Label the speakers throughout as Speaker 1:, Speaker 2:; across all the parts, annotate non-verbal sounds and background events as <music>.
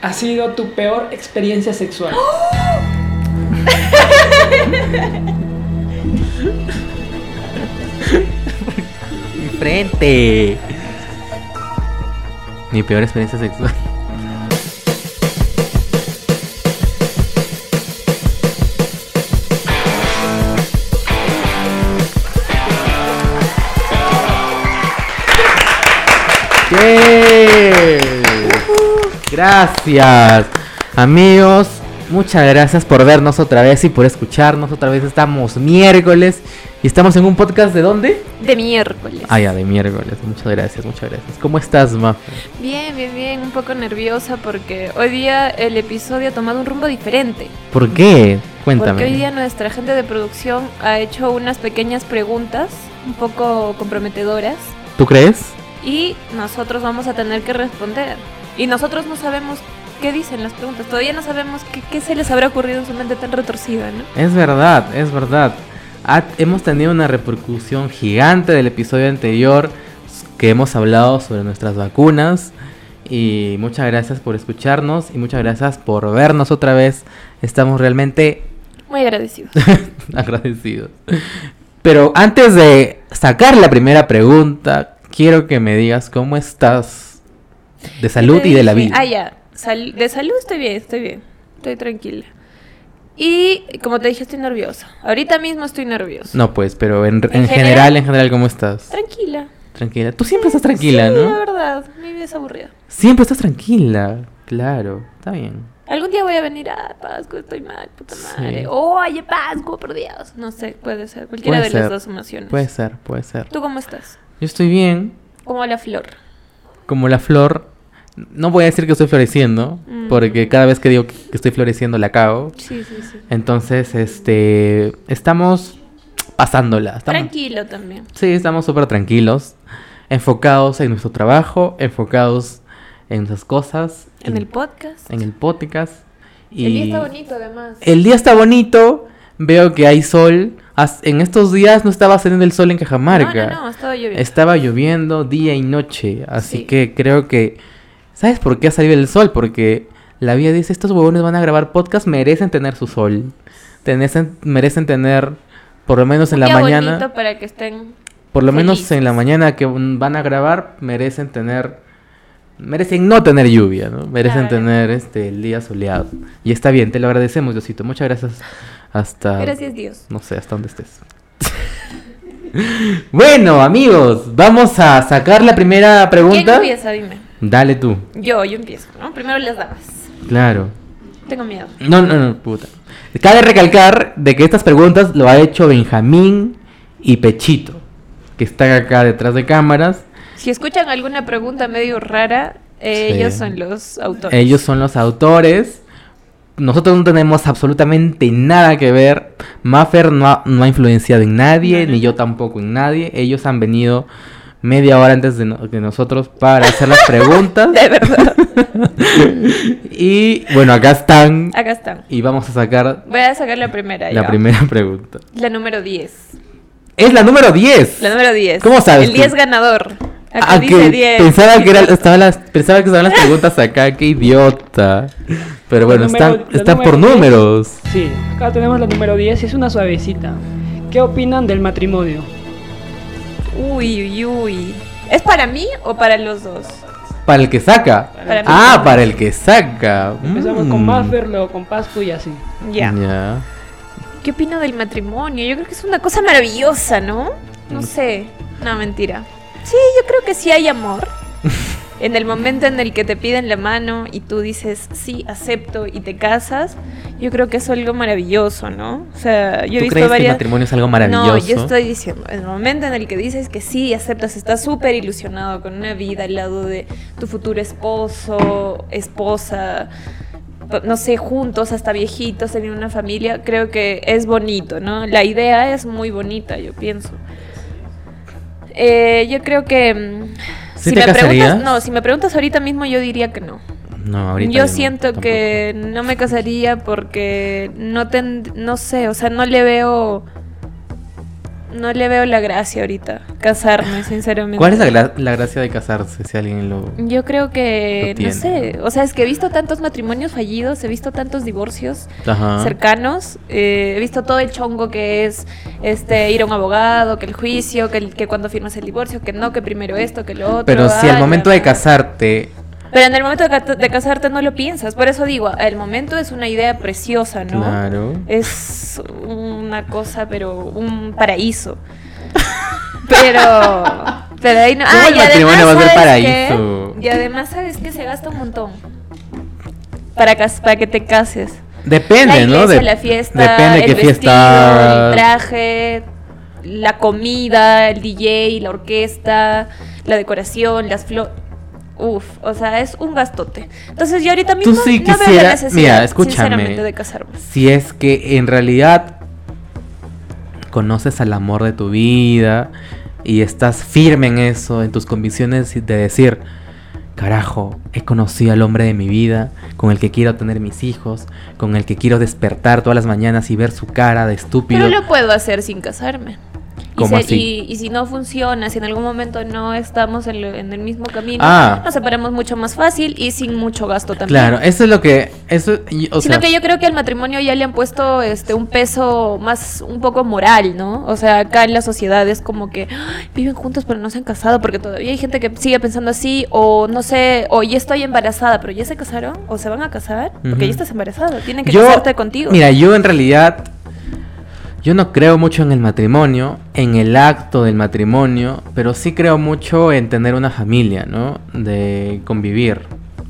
Speaker 1: ha sido tu peor experiencia sexual?
Speaker 2: Mi frente. Mi peor experiencia sexual. ¡Yay! Gracias, amigos. Muchas gracias por vernos otra vez y por escucharnos otra vez. Estamos miércoles y estamos en un podcast de dónde?
Speaker 3: De miércoles.
Speaker 2: Ah, ya, de miércoles. Muchas gracias, muchas gracias. ¿Cómo estás, Ma?
Speaker 3: Bien, bien, bien. Un poco nerviosa porque hoy día el episodio ha tomado un rumbo diferente.
Speaker 2: ¿Por qué? Cuéntame.
Speaker 3: Porque hoy día nuestra gente de producción ha hecho unas pequeñas preguntas un poco comprometedoras
Speaker 2: ¿Tú crees?
Speaker 3: y nosotros vamos a tener que responder. Y nosotros no sabemos qué dicen las preguntas. Todavía no sabemos qué, qué se les habrá ocurrido en su mente tan retorcida, ¿no?
Speaker 2: Es verdad, es verdad. Ha- hemos tenido una repercusión gigante del episodio anterior s- que hemos hablado sobre nuestras vacunas. Y muchas gracias por escucharnos y muchas gracias por vernos otra vez. Estamos realmente <laughs>
Speaker 3: Muy agradecidos.
Speaker 2: agradecidos. Pero antes de sacar la primera pregunta, quiero que me digas cómo estás de salud
Speaker 3: te
Speaker 2: y de la
Speaker 3: dije,
Speaker 2: vida.
Speaker 3: Ah, ya. Sal- de salud estoy bien, estoy bien. Estoy tranquila. Y como te dije, estoy nerviosa. Ahorita mismo estoy nerviosa.
Speaker 2: No, pues, pero en, en general,
Speaker 3: ¿En general?
Speaker 2: en general, ¿cómo estás?
Speaker 3: Tranquila.
Speaker 2: Tranquila. Tú siempre estás tranquila,
Speaker 3: sí,
Speaker 2: ¿no?
Speaker 3: la verdad. Mi vida es aburrida.
Speaker 2: Siempre estás tranquila. Claro, está bien.
Speaker 3: Algún día voy a venir a Pascua, estoy mal, puta madre.
Speaker 2: Sí.
Speaker 3: Oye, Pascua, por Dios. No sé, puede ser. Cualquiera
Speaker 2: Puede
Speaker 3: de las
Speaker 2: ser,
Speaker 3: dos emociones.
Speaker 2: Puede ser, puede ser.
Speaker 3: ¿Tú cómo estás?
Speaker 2: Yo estoy bien,
Speaker 3: Como la flor.
Speaker 2: como la flor. No voy a decir que estoy floreciendo,
Speaker 3: Mm.
Speaker 2: porque cada vez que digo que estoy floreciendo la cago.
Speaker 3: Sí, sí, sí.
Speaker 2: Entonces, este, estamos pasándola. Estamos,
Speaker 3: Tranquilo también.
Speaker 2: Sí, estamos súper tranquilos, enfocados en nuestro trabajo, enfocados en nuestras cosas,
Speaker 3: En el podcast.
Speaker 2: en el podcast. Y...
Speaker 3: El día está bonito, además.
Speaker 2: El día está bonito, veo que hay sol. As- En estos días no estaba saliendo el sol en Cajamarca.
Speaker 3: No, no, no, estaba lloviendo.
Speaker 2: Estaba lloviendo día y noche, así
Speaker 3: Sí.
Speaker 2: que creo que... ¿Sabes por qué ha salido el sol? Porque la vida dice, estos huevones van a grabar podcast, merecen tener su sol. Tenecen- merecen tener, por lo menos en la
Speaker 3: Un día
Speaker 2: mañana,
Speaker 3: bonito para que estén
Speaker 2: por lo menos
Speaker 3: felices.
Speaker 2: en la mañana que mm, van a grabar, merecen tener... Merecen no tener lluvia, ¿no? Merecen
Speaker 3: Claro.
Speaker 2: tener este, el día soleado. Y está bien, te lo agradecemos, Diosito. Muchas gracias. Hasta...
Speaker 3: Gracias Dios.
Speaker 2: No sé, hasta dónde estés. <laughs> bueno, amigos, vamos a sacar la primera
Speaker 3: ¿Quién
Speaker 2: pregunta.
Speaker 3: empieza? Dime.
Speaker 2: Dale tú,
Speaker 3: Yo, yo empiezo, ¿no? Primero las damas.
Speaker 2: claro.
Speaker 3: Tengo miedo.
Speaker 2: No, no, no, puta. Cabe recalcar de que estas preguntas lo ha hecho Benjamín y Pechito, que están acá detrás de cámaras.
Speaker 3: Si escuchan alguna pregunta medio rara, eh,
Speaker 2: Sí.
Speaker 3: ellos son los autores.
Speaker 2: Ellos
Speaker 3: <laughs>
Speaker 2: son los autores. Nosotros no tenemos absolutamente nada que ver. Maffer no ha, no ha influenciado en nadie, ni yo tampoco en nadie. Ellos han venido media hora antes de, no- de nosotros para hacer las preguntas.
Speaker 3: <laughs> De verdad.
Speaker 2: y bueno, acá están.
Speaker 3: Acá están.
Speaker 2: Y vamos a sacar
Speaker 3: Voy a sacar la primera.
Speaker 2: la
Speaker 3: ya.
Speaker 2: primera pregunta.
Speaker 3: La número 10.
Speaker 2: Es la número 10.
Speaker 3: La número 10.
Speaker 2: ¿Cómo sabes
Speaker 3: El
Speaker 2: tú?
Speaker 3: 10 ganador. Acá
Speaker 2: Ah,
Speaker 3: dice
Speaker 2: que
Speaker 3: 10.
Speaker 2: Pensaba que, era- estaba las, pensaba que estaban las preguntas acá, qué idiota. Pero bueno,
Speaker 1: La número-
Speaker 2: están,
Speaker 1: la
Speaker 2: están por
Speaker 1: número 10.
Speaker 2: números.
Speaker 1: Sí, acá tenemos la número 10 y es una suavecita. ¿Qué opinan del matrimonio?
Speaker 3: Uy, uy, uy. ¿Es para mí o para los dos?
Speaker 2: Para el que saca.
Speaker 3: Para mí.
Speaker 2: ah, para el que saca.
Speaker 1: Empezamos
Speaker 2: Mm.
Speaker 1: con Maffer, luego con Pascu y así.
Speaker 3: Ya.
Speaker 2: Ya.
Speaker 3: ¿Qué opino del matrimonio? Yo creo que es una cosa maravillosa, ¿no?
Speaker 2: Mm.
Speaker 3: No sé. No, mentira. Sí, yo creo que sí hay
Speaker 2: <laughs>
Speaker 3: amor. En el momento en el que te piden la mano y tú dices, sí, acepto y te casas, yo creo que es algo maravilloso, ¿no? O sea, yo he
Speaker 2: ¿Tú
Speaker 3: visto
Speaker 2: crees que el
Speaker 3: varias...
Speaker 2: matrimonio es algo maravilloso?
Speaker 3: No, yo estoy diciendo, en el momento en el que dices que sí, aceptas, estás súper ilusionado con una vida al lado de tu futuro esposo, esposa, pa- no sé, juntos hasta viejitos, teniendo una familia, creo que es bonito, ¿no? La idea es muy bonita, yo pienso. Eh, yo creo que... mm,
Speaker 2: ¿Sí te
Speaker 3: me preguntas,
Speaker 2: casarías?
Speaker 3: no, si me preguntas ahorita mismo yo diría que no.
Speaker 2: No, ahorita
Speaker 3: Yo
Speaker 2: mismo,
Speaker 3: siento
Speaker 2: tampoco.
Speaker 3: que no me casaría porque no ten, no sé, o sea, no le veo No le veo la gracia ahorita. Casarme, sinceramente.
Speaker 2: Ah, ¿Cuál es la, gra- la gracia de casarse si alguien lo...
Speaker 3: Yo creo que,
Speaker 2: Lo tiene.
Speaker 3: no sé, o sea, es que he visto tantos matrimonios fallidos, he visto tantos divorcios
Speaker 2: Ajá.
Speaker 3: cercanos, eh, he visto todo el chongo que es este ir a un abogado, que el juicio, que, el- que cuando firmas el divorcio, que no, que primero esto, que lo otro.
Speaker 2: Pero si al
Speaker 3: ay,
Speaker 2: momento
Speaker 3: la-
Speaker 2: de casarte...
Speaker 3: Pero en el momento de, ca- de casarte no lo piensas, por eso digo, el momento es una idea preciosa, ¿no? Eh,
Speaker 2: Claro.
Speaker 3: Es una cosa, pero un paraíso. Pero, pero ahí no.
Speaker 2: ¿Cómo el
Speaker 3: y además,
Speaker 2: matrimonio va a ser
Speaker 3: ¿sabes qué?
Speaker 2: paraíso?
Speaker 3: Y además, sabes que se gasta un montón para, cas- para que te cases.
Speaker 2: Depende,
Speaker 3: la
Speaker 2: ¿no?
Speaker 3: iglesia,
Speaker 2: De-
Speaker 3: la fiesta,
Speaker 2: depende
Speaker 3: el
Speaker 2: qué
Speaker 3: vestido,
Speaker 2: fiesta...
Speaker 3: el traje, la comida, el DJ, la orquesta, la decoración, las flores. Uf, o sea, es un gastote. Entonces yo ahorita mismo
Speaker 2: sí
Speaker 3: no veo
Speaker 2: quisiera-
Speaker 3: la necesidad,
Speaker 2: mira, escúchame.
Speaker 3: sinceramente, de casarme.
Speaker 2: Si es que en realidad conoces al amor de tu vida y estás firme en eso, en tus convicciones de decir, carajo, he conocido al hombre de mi vida, con el que quiero tener mis hijos, con el que quiero despertar todas las mañanas y ver su cara de estúpido.
Speaker 3: Pero lo puedo hacer sin casarme. Y
Speaker 2: ¿Cómo
Speaker 3: se-
Speaker 2: así?
Speaker 3: Y, y si no funciona, si en algún momento no estamos en, lo- en el mismo camino,
Speaker 2: Ah.
Speaker 3: nos separamos mucho más fácil y sin mucho gasto también.
Speaker 2: Claro, eso es lo que... Eso, y- o
Speaker 3: Sino
Speaker 2: sea,
Speaker 3: que yo creo que al matrimonio ya le han puesto este un peso más, un poco moral, ¿no? O sea, acá en la sociedad es como que "Ay, viven juntos pero no se han casado, porque todavía hay gente que sigue pensando así, o no sé, o ya estoy embarazada, pero ya se casaron, o se van a casar,
Speaker 2: Ujú.
Speaker 3: porque ya estás embarazada, tienen que
Speaker 2: Yo-
Speaker 3: casarte contigo.
Speaker 2: Mira, yo en realidad, yo no creo mucho en el matrimonio, en el acto del matrimonio, pero sí creo mucho en tener una familia, ¿no? De convivir.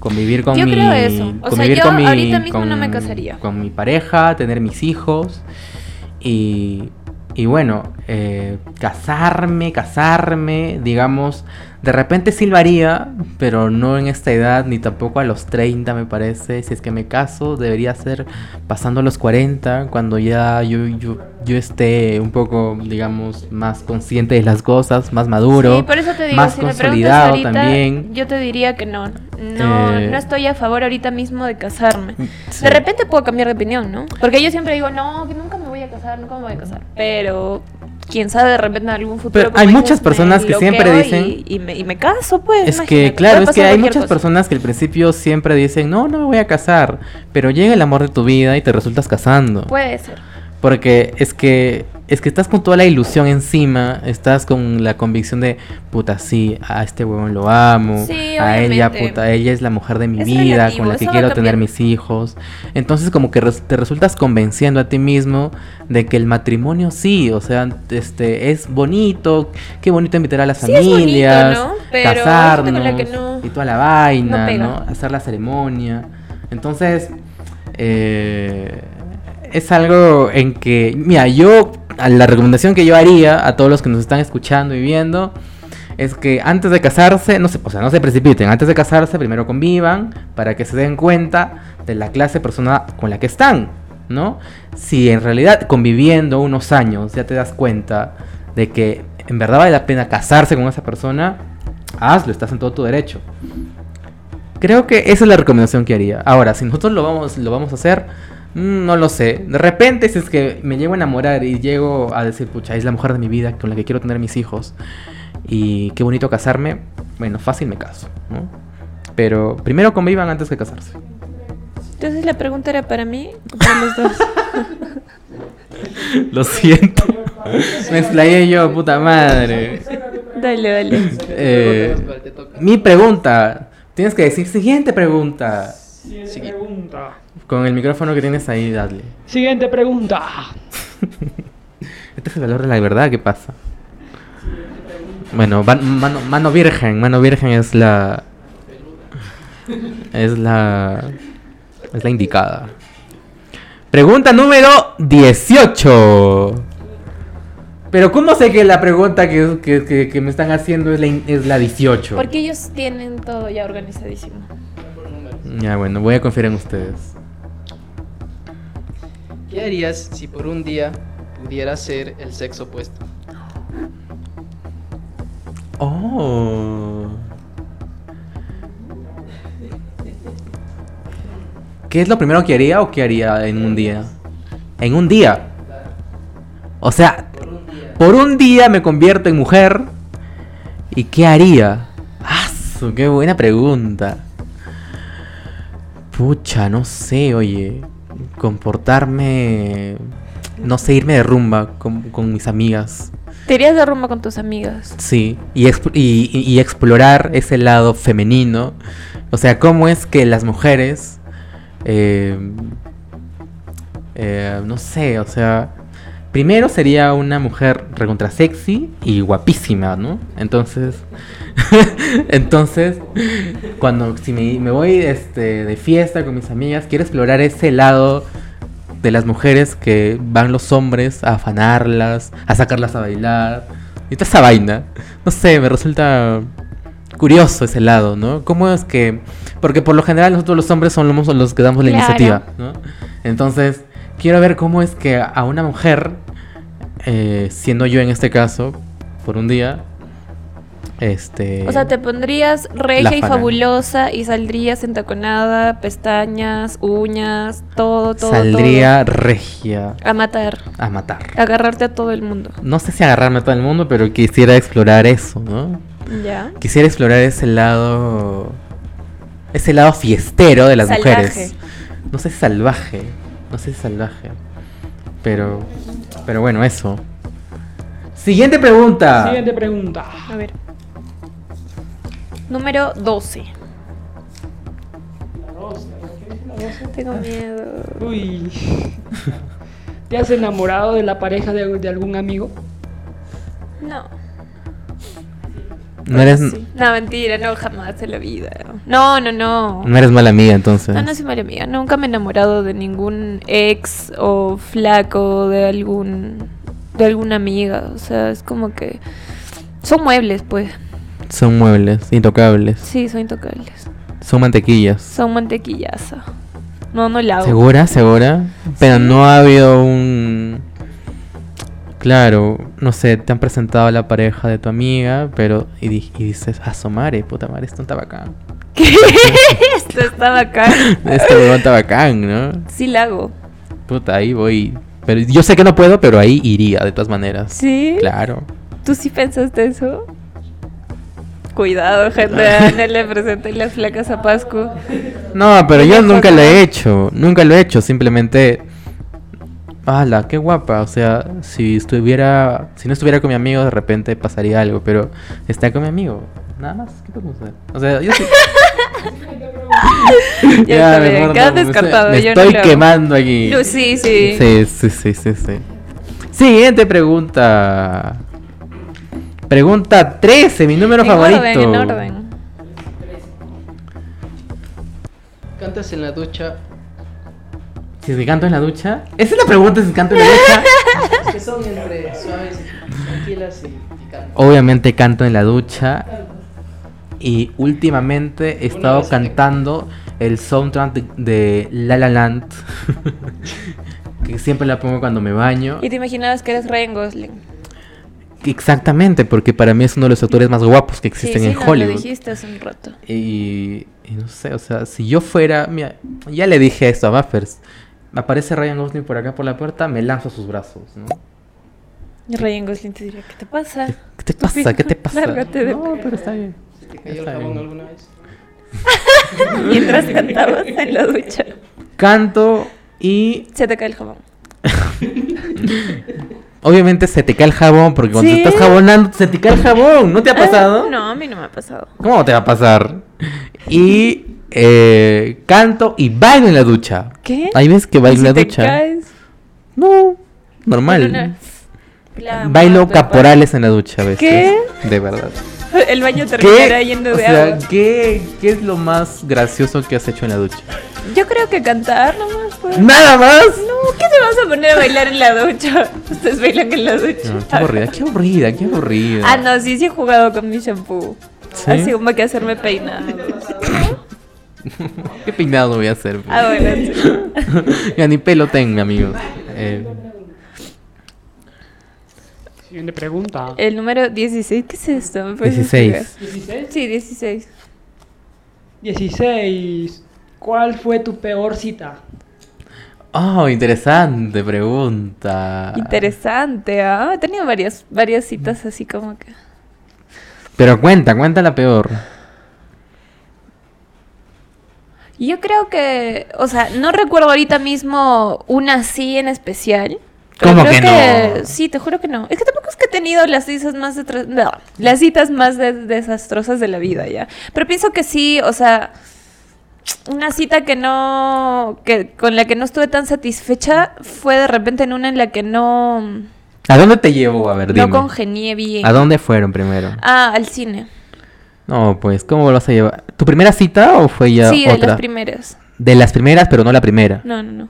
Speaker 2: Convivir con
Speaker 3: Yo
Speaker 2: mi...
Speaker 3: creo eso. O sea,
Speaker 2: convivir
Speaker 3: yo
Speaker 2: con mi-
Speaker 3: ahorita mismo no
Speaker 2: con-
Speaker 3: me casaría.
Speaker 2: Con mi pareja, tener mis hijos y... Y bueno, eh, casarme, casarme, digamos, de repente silbaría, pero no en esta edad, ni tampoco a los 30 me parece. Si es que me caso, debería ser pasando los 40, cuando ya yo, yo, yo esté un poco, digamos, más consciente de las cosas, más maduro.
Speaker 3: Sí, por eso te digo,
Speaker 2: más
Speaker 3: si me preguntas
Speaker 2: consolidado
Speaker 3: ahorita,
Speaker 2: también.
Speaker 3: yo te diría que no. No,
Speaker 2: Eh.
Speaker 3: no estoy a favor ahorita mismo de casarme.
Speaker 2: Mm, Sí.
Speaker 3: De repente puedo cambiar de opinión, ¿no? Porque yo siempre digo, no, que nunca me voy a casar, nunca me voy a casar. Pero quién sabe, de repente en algún futuro.
Speaker 2: Pero
Speaker 3: como
Speaker 2: hay
Speaker 3: dices,
Speaker 2: muchas
Speaker 3: me
Speaker 2: personas que siempre
Speaker 3: bloqueo
Speaker 2: dicen-
Speaker 3: Y, y me, y me caso, pues.
Speaker 2: Es que,
Speaker 3: imagínate,
Speaker 2: claro,
Speaker 3: puede
Speaker 2: es que
Speaker 3: pasar
Speaker 2: hay
Speaker 3: cualquier
Speaker 2: muchas
Speaker 3: cosa.
Speaker 2: personas que al principio siempre dicen, no, no me voy a casar, pero llega el amor de tu vida y te resultas casando.
Speaker 3: Puede ser.
Speaker 2: Porque es que es que estás con toda la ilusión encima, estás con la convicción de puta sí, a este huevón lo amo,
Speaker 3: Sí,
Speaker 2: a ella
Speaker 3: obviamente.
Speaker 2: puta, ella es la mujer de mi
Speaker 3: Es
Speaker 2: vida,
Speaker 3: relativo,
Speaker 2: con la que
Speaker 3: eso va
Speaker 2: quiero tener
Speaker 3: cambiando.
Speaker 2: mis hijos. Entonces como que res- te resultas convenciendo a ti mismo de que el matrimonio sí, o sea, este es bonito, qué bonito invitar a las
Speaker 3: Sí, es bonito,
Speaker 2: familias,
Speaker 3: ¿no? Pero hay gente con la
Speaker 2: casarnos
Speaker 3: que no-
Speaker 2: y toda la vaina,
Speaker 3: no pega.
Speaker 2: ¿no? Hacer la ceremonia. Entonces, eh, es algo en que, mira, yo, a la recomendación que yo haría a todos los que nos están escuchando y viendo, es que antes de casarse, no se, o sea, no se precipiten, antes de casarse primero convivan para que se den cuenta de la clase de persona con la que están, ¿no? Si en realidad conviviendo unos años ya te das cuenta de que en verdad vale la pena casarse con esa persona, hazlo, estás en todo tu derecho. Creo que esa es la recomendación que haría. Ahora, si nosotros lo vamos, lo vamos a hacer, mm, no lo sé. De repente, si es que me llego a enamorar y llego a decir, pucha, es la mujer de mi vida con la que quiero tener mis hijos y qué bonito casarme, bueno, fácil me caso, ¿no? Pero primero convivan antes que casarse. <laughs>
Speaker 3: Entonces la pregunta era para mí, o para
Speaker 2: <laughs>
Speaker 3: los dos.
Speaker 2: Lo siento. <laughs> me explayé yo, puta madre.
Speaker 3: dale, dale.
Speaker 2: Eh,
Speaker 4: te toca.
Speaker 2: mi pregunta. Tienes que decir siguiente pregunta.
Speaker 1: Siguiente pregunta.
Speaker 2: Con el micrófono que tienes ahí, Dadle.
Speaker 1: Siguiente pregunta.
Speaker 2: Este es el valor de la verdad que pasa. Bueno, van- mano, mano virgen, mano virgen es la. Es la. Es la indicada. Pregunta número 18. Pero, ¿cómo sé que la pregunta que, que- que- que me están haciendo es la, in- es la 18?
Speaker 3: Porque ellos tienen todo ya organizadísimo.
Speaker 2: Ya, bueno, voy a confiar en ustedes.
Speaker 4: ¿Qué harías si por un día pudieras ser el sexo opuesto?
Speaker 2: Oh. ¿Qué es lo primero que haría o qué haría en un día? En un día. O sea, Por un día me convierto en mujer. ¿Y qué haría? ¡Ah, su, qué buena pregunta! Pucha, no sé, oye. Comportarme. No sé, irme de rumba con, con mis amigas.
Speaker 3: Te irías de rumba con tus amigas.
Speaker 2: Sí, y, exp- y- y- y explorar ese lado femenino. O sea, cómo es que las mujeres, eh, eh, no sé, o sea, primero sería una mujer recontra sexy y guapísima, ¿no? Entonces, <laughs> entonces, cuando si me, me voy este, de fiesta con mis amigas, quiero explorar ese lado de las mujeres que van los hombres a afanarlas, a sacarlas a bailar. Y toda esa vaina. No sé, me resulta curioso ese lado, ¿no? ¿Cómo es que...? Porque por lo general nosotros los hombres somos los que damos la
Speaker 3: Claro.
Speaker 2: iniciativa, ¿no? Entonces, quiero ver cómo es que a una mujer, eh, siendo yo en este caso, por un día, este...
Speaker 3: O sea, te pondrías
Speaker 2: La
Speaker 3: regia y
Speaker 2: fana.
Speaker 3: fabulosa y saldrías entaconada, pestañas, uñas, todo, todo.
Speaker 2: saldría regia
Speaker 3: todo, a matar,
Speaker 2: a matar.
Speaker 3: a agarrarte a todo el mundo.
Speaker 2: No sé si agarrarme a todo el mundo, pero quisiera explorar eso, ¿no?
Speaker 3: Ya.
Speaker 2: Quisiera explorar ese lado. Ese lado fiestero de las
Speaker 3: Salvaje.
Speaker 2: mujeres. No sé si salvaje. No sé si salvaje. Pero. Pero bueno, eso. Siguiente pregunta.
Speaker 1: Siguiente pregunta.
Speaker 3: A ver. Número 12. Tengo miedo.
Speaker 1: Uy. ¿Te has enamorado de la pareja de, de algún amigo?
Speaker 3: No.
Speaker 2: No eres,
Speaker 3: Sí. No, mentira, no, jamás en la vida. No, no, no.
Speaker 2: no eres mala amiga entonces.
Speaker 3: No, no soy mala amiga. Nunca me he enamorado de ningún ex o flaco de algún de alguna amiga. O sea, es como que son muebles, pues.
Speaker 2: Son muebles, intocables.
Speaker 3: Sí, son intocables.
Speaker 2: Son mantequillas.
Speaker 3: Son mantequillaza. No, no la hago.
Speaker 2: ¿Segura? ¿Segura? Pero no ha habido un... Claro, no sé, te han presentado a la pareja de tu amiga, pero... Y, di- y dices, ah, su madre, puta madre, esto está bacán.
Speaker 3: ¿Qué? Esto está bacán.
Speaker 2: <laughs> Este huevón está bacán, ¿no?
Speaker 3: Sí la hago.
Speaker 2: Puta, ahí voy... Pero yo sé que no puedo, pero ahí iría, de todas maneras.
Speaker 3: ¿Sí?
Speaker 2: Claro.
Speaker 3: ¿Tú sí pensaste eso? Cuidado, gente. No le presenté las flacas a Pascu.
Speaker 2: No, pero
Speaker 3: Qué
Speaker 2: yo
Speaker 3: mejor,
Speaker 2: nunca lo
Speaker 3: ¿no?
Speaker 2: he hecho. Nunca lo he hecho. Simplemente. ¡Hala! ¡Qué guapa! O sea, si estuviera. Si no estuviera con mi amigo, de repente pasaría algo. Pero está con mi amigo. Nada más. ¿Qué podemos hacer? O sea, yo sí.
Speaker 3: <laughs> Ya está bien,
Speaker 2: mejor
Speaker 3: quedas
Speaker 2: no, me estoy-
Speaker 3: descartado,
Speaker 2: Me
Speaker 3: yo no
Speaker 2: estoy
Speaker 3: lo hago.
Speaker 2: quemando aquí.
Speaker 3: Lu- Sí, sí.
Speaker 2: Sí, sí, sí, sí, sí. Siguiente pregunta. Pregunta 13, mi número
Speaker 3: en
Speaker 2: favorito.
Speaker 3: orden, en orden.
Speaker 4: Cantas en la ducha.
Speaker 2: Si te canto en la ducha. Esa es la pregunta, si canto en la ducha.
Speaker 4: Es que son entre suaves, tranquilas y picantes.
Speaker 2: <laughs> Obviamente canto en la ducha. Y últimamente he estado
Speaker 4: vez se te-
Speaker 2: cantando el soundtrack de- de La La Land. que siempre la pongo cuando me baño.
Speaker 3: Y te imaginabas que eres Ryan Gosling.
Speaker 2: Exactamente, porque para mí es uno de los actores más guapos que existen
Speaker 3: sí,
Speaker 2: en
Speaker 3: sí, no, Lo
Speaker 2: Hollywood.
Speaker 3: dijiste hace un rato.
Speaker 2: Y, y no sé, o sea, si yo fuera. mira, ya le dije esto a Buffers. Aparece Ryan Gosling por acá por la puerta, me lanzo a sus brazos. ¿no?
Speaker 3: Y Ryan Gosling te diría, ¿qué te pasa? <laughs>
Speaker 2: ¿Qué te pasa? ¿Qué te pasa?
Speaker 3: Lárgate de-
Speaker 2: No, pero está bien.
Speaker 4: ¿Se te cayó el
Speaker 2: Está
Speaker 4: jabón
Speaker 2: bien.
Speaker 4: alguna vez?
Speaker 3: Mientras cantabas en la ducha.
Speaker 2: Canto y
Speaker 3: Se te cae el jabón.
Speaker 2: Obviamente se te cae el jabón, porque cuando
Speaker 3: Sí.
Speaker 2: te estás jabonando, se te cae el jabón. ¿No te ha pasado?
Speaker 3: Ah, no, a mí no me ha pasado.
Speaker 2: ¿Cómo te va a pasar? Y eh, canto y bailo en la ducha.
Speaker 3: ¿Qué?
Speaker 2: Hay veces que bailo en
Speaker 3: ¿Y
Speaker 2: la
Speaker 3: si te
Speaker 2: ducha.
Speaker 3: caes?
Speaker 2: No, normal.
Speaker 3: Bueno, no. La
Speaker 2: Bailo
Speaker 3: madre,
Speaker 2: caporales en la ducha a veces.
Speaker 3: ¿Qué?
Speaker 2: De verdad.
Speaker 3: pa- <laughs> El baño terminará yendo de
Speaker 2: O sea,
Speaker 3: agua.
Speaker 2: ¿qué, ¿qué es lo más gracioso que has hecho en la ducha?
Speaker 3: Yo creo que cantar nomás pues.
Speaker 2: ¡Nada más!
Speaker 3: No, ¿qué te vas a poner a bailar en la ducha? <laughs> Ustedes bailan en la ducha.
Speaker 2: No, qué aburrida, qué aburrida, qué aburrida.
Speaker 3: Ah, no, sí, sí he jugado con mi shampoo.
Speaker 2: ¿Sí?
Speaker 3: Así como que hacerme peinado.
Speaker 2: ¿Qué peinado voy a hacer? pues?
Speaker 3: Ah, bueno. sí.
Speaker 2: <laughs> ya ni pelo tengo, amigos. Eh,
Speaker 1: Siguiente pregunta.
Speaker 3: El número 16, ¿qué es esto? ¿Me puedes
Speaker 2: 16.
Speaker 1: ¿16?
Speaker 3: explicar? Sí, 16.
Speaker 1: 16. ¿Cuál fue tu peor cita?
Speaker 2: Oh, interesante pregunta.
Speaker 3: Interesante, ¿ah? He tenido varias, varias citas así como que.
Speaker 2: Pero cuenta, cuenta la peor.
Speaker 3: Yo creo que, o sea, no recuerdo ahorita mismo una así en especial. pero
Speaker 2: ¿Cómo
Speaker 3: creo
Speaker 2: que no?
Speaker 3: Sí, te juro que no. Es que tampoco es que he tenido las citas más detra- no, las citas más de- desastrosas de la vida ya. Pero pienso que sí, o sea, una cita que no, que con la que no estuve tan satisfecha fue de repente en una en la que no,
Speaker 2: ¿A dónde te llevó? A ver, dime.
Speaker 3: no congenié bien.
Speaker 2: ¿A dónde fueron primero?
Speaker 3: Ah, al cine.
Speaker 2: No, pues, ¿cómo lo vas a llevar? ¿Tu primera cita o fue ya
Speaker 3: sí,
Speaker 2: otra?
Speaker 3: de las primeras.
Speaker 2: De las primeras, pero no la primera.
Speaker 3: No, no, no.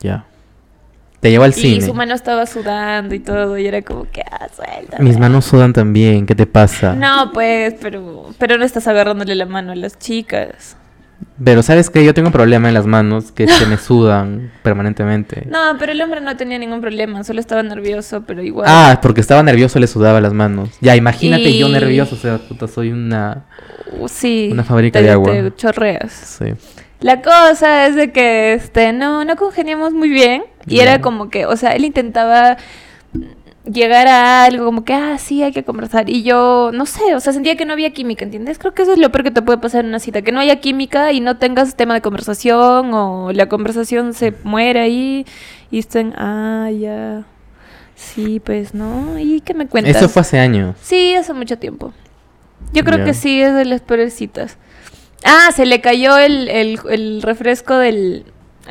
Speaker 2: Ya. Te llevó al
Speaker 3: Y
Speaker 2: cine.
Speaker 3: su mano estaba sudando y todo, y era como que, ah, suelta.
Speaker 2: Mis manos sudan también, ¿qué te pasa?
Speaker 3: No, pues, pero, pero no estás agarrándole la mano a las chicas.
Speaker 2: Pero sabes que yo tengo un problema en las manos que
Speaker 3: <laughs>
Speaker 2: se me sudan permanentemente.
Speaker 3: No, pero el hombre no tenía ningún problema, solo estaba nervioso, pero igual.
Speaker 2: Ah, porque estaba nervioso, le sudaba las manos. Ya, imagínate yo
Speaker 3: Y-
Speaker 2: nervioso, o sea, puta, soy una...
Speaker 3: Uh, sí.
Speaker 2: una fábrica
Speaker 3: te-
Speaker 2: de agua.
Speaker 3: te chorreas.
Speaker 2: Sí.
Speaker 3: La cosa es de que, este, no, no congeniamos muy bien. Y
Speaker 2: Ya.
Speaker 3: era como que, o sea, él intentaba llegar a algo como que, ah, sí, hay que conversar. Y yo, no sé, o sea, sentía que no había química, ¿entiendes? Creo que eso es lo peor que te puede pasar en una cita, que no haya química y no tengas tema de conversación o la conversación se muere ahí y estén, ah, ya, sí, pues, ¿no? ¿Y qué me cuentas?
Speaker 2: Eso fue hace años.
Speaker 3: Sí, hace mucho tiempo. Yo creo
Speaker 2: Ya.
Speaker 3: que sí, es de las peores citas. Ah, se le cayó el, el- el refresco del...